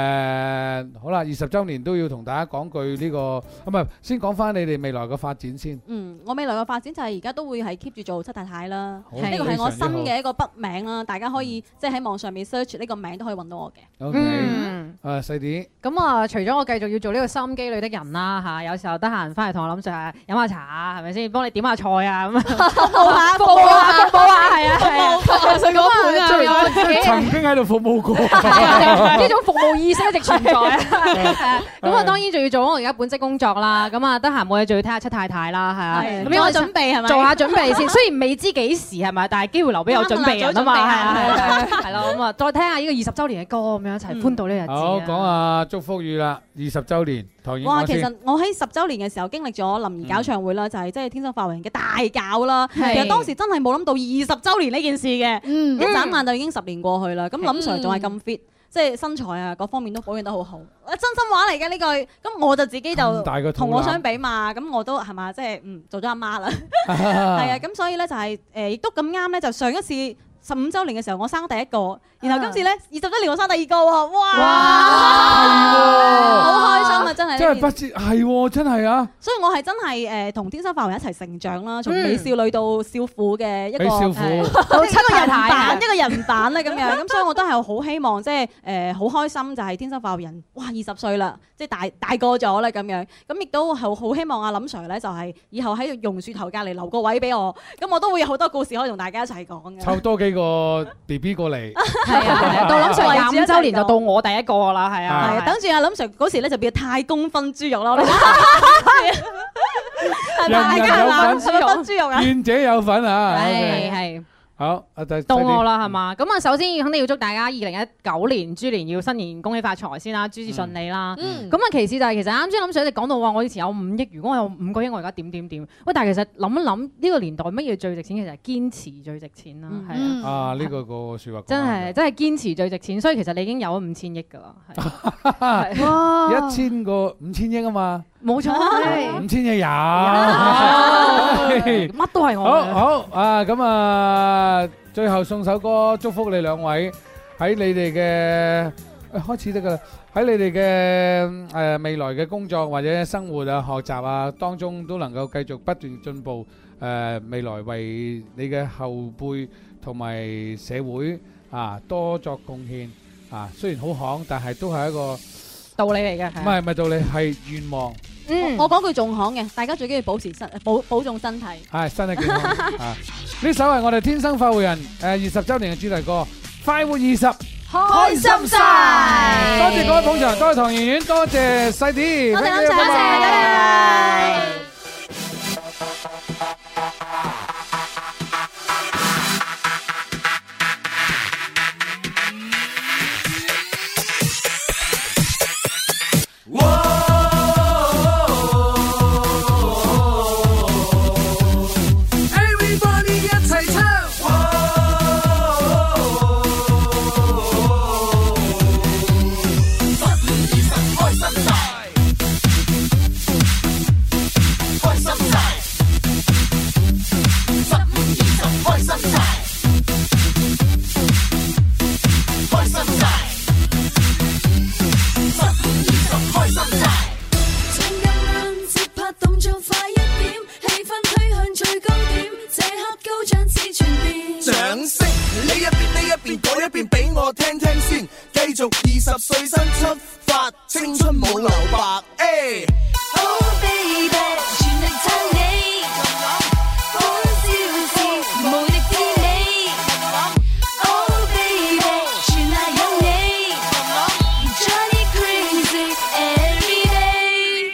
S2: 好啦，二十週年都要同大家講句呢、個，啊唔係先講翻你哋未來嘅發展先。
S5: 嗯，我未來嘅發展就係而家都會係 keep 住做七太太啦。
S2: 好嗯
S5: 呢個係我新。
S2: 非常之
S5: 嘅一個筆名啦，大家可以即係喺網上面 search 呢個名都可以揾到我嘅。
S2: 好 OK，
S6: 嗯。
S2: 啊細啲，
S6: 咁啊，除咗我繼續要做呢個收音機裏的人啦嚇，有時候得閒翻嚟同我諗住飲下茶啊，係咪先？幫你點下菜啊咁啊，
S5: 好 啊，
S6: 服務下，服務下，係啊，係啊。
S4: 上嗰盤啊，
S6: 有我 自己
S2: 曾經喺度服務過。
S6: 呢種服務意識一直存在啊。係啊咁
S5: 嗯
S6: 啊，當然就要做好我而家本職工作啦。咁啊，得閒冇嘢就要睇下七太太啦，係啊。
S5: 係
S6: 咁因
S5: 咁
S6: 為
S5: 我準備係咪？
S6: 做下準備先， 雖然未知幾時係咪，但係機會留俾有準備人啊嘛，係啊係啊係啊係咯，咁啊再聽下呢個二十週年嘅歌咁樣一
S5: 嗯
S6: 齊歡度呢日子啊
S2: 好，講下祝福語啦，二十週年，唐燕
S5: 哇！
S2: 講
S5: 其
S2: 先。
S5: 實我喺十週年嘅時候經歷咗林怡搞唱會啦，就係即係天生發圍嘅大搞啦。其實當時真嗯係冇諗到二十週年呢件事嘅，
S3: 嗯
S5: 一眨眼就已經十年過去啦。咁林 Sir 仲係咁 fit，即係身材啊各方面都保養得好好。啊真心話嚟嘅呢句，咁我就自己
S2: 咁
S5: 就
S2: 大個肚腩
S5: 同我相比嘛，咁我都係嘛，即係嗯做咗阿媽啦。係啊，，咁所以咧就係誒，亦都咁啱咧，就上一次十五週年嘅時候，我生第一個，然
S2: 啊
S5: 後今次咧二十週年我生第二個喎，
S2: 哇
S5: 哇！好開心啊，真 係呢
S2: 真係
S5: 件
S2: 不知係喎，真係啊！
S5: 所以我係真係誒同天生發圍一齊成長啦，從美少女到少婦嘅一個
S2: 俾嗯少婦，
S5: 到七啊個
S6: 太
S5: 人
S6: 太
S5: 版一個人版啦咁樣， 咁所以我都係好希望即係誒好開心，就係天生發圍人，哇二十歲啦，即係大大個咗啦咁樣，咁亦都好好希望阿林 Sir 咧就係以後喺榕樹頭隔離留個位俾我，咁我都會有好多故事可以同大家一齊講嘅。
S2: 湊多幾個 B B 過 嚟，
S6: 係啊，係啊到諗上廿五週年就到我第一個啦，係啊，
S5: 係
S6: 係
S5: 啊
S6: 啊
S5: 等住阿林 Sir 嗰時咧就變太公分豬肉啦，我哋 係
S2: 人人有
S5: 太
S2: 份
S5: 公分豬肉啊！
S2: 願者有份啊！
S6: 係
S2: OK
S6: 係。
S2: 好，啊，第
S6: 到我啦，係嘛？咁啊，首先肯定要祝大家二零一九年豬年要新年恭喜發財先啦，諸事順利啦。
S4: 嗯，
S6: 咁啊，其次就係其實啱先林 Sir 你講到話，我以前有五億，如果我有五個億，我而家點點點。喂，但係其實諗一諗呢個年代乜嘢最值錢？其實係堅持最值錢啦，係啊。
S3: Ừ.
S2: 第二啊，呢個個说話講
S6: 真係
S2: 得
S6: 真係堅持最值錢，所以其實你已經有咗五千億㗎啦， 係
S3: Ờ.
S2: 啱一千個五千億啊嘛，
S6: 冇錯啊，係
S2: 五千億 有。
S6: 係 乜都係我
S2: 好
S6: 嘅。
S2: 好啊，咁啊，最後送首歌祝福你兩位喺你哋嘅誒開始得噶啦，喺你哋嘅誒未來嘅工作或者生活啊、學習啊當中都能夠繼續不斷進步。誒未來為你嘅後輩同埋社會啊多作貢獻啊，雖然好行，但係都係一個唔
S6: 道理嚟嘅，係啊
S2: 係唔係道理，係願望，
S6: 嗯，
S5: 我講句仲行嘅，大家最緊要保持身保保重身體。
S2: 係身體健康啊！呢首係我哋天生快活人誒二十週年嘅主題歌《快活二十》。
S5: 開心晒
S2: 多謝各位捧場，多謝唐圓圓，多謝細啲，
S5: 多謝
S2: 多
S5: 林 Sir，多謝多謝。
S1: Everybody 一齊唱。
S7: 唱緊節拍動作快一點，氣氛推向最高點，這刻高漲似傳電。
S1: 掌聲！呢一邊呢一邊嗰一邊俾我聽聽先，繼續二十歲新出發，青春冇留白。哎誒，
S7: Oh baby，全力撐你，好笑事無力媲美。Oh baby，全賴有你，Johnny crazy every day。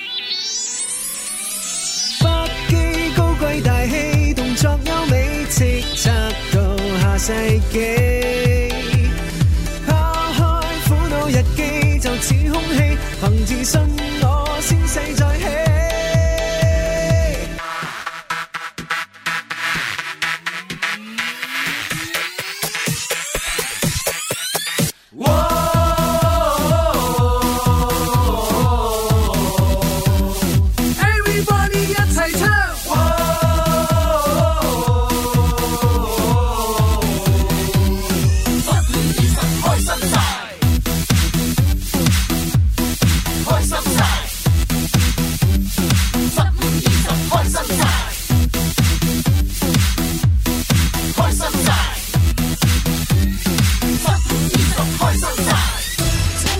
S1: 百機高貴大氣，動作優美，叱咤到下世紀。拋開苦惱日記，就似空氣，憑自信我先勢再起。Everybody 一齊唱！
S7: 唱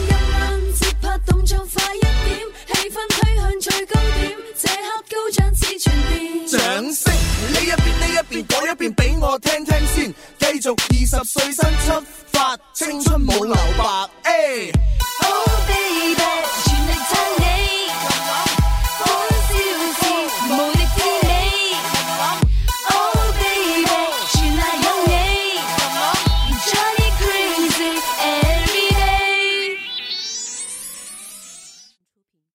S7: 緊節拍動作快一點，氣氛推向最高點，這刻高漲似傳電。
S1: 掌聲！呢一邊呢一邊嗰一邊俾我聽聽先，繼續二十歲新出發，青春冇留白。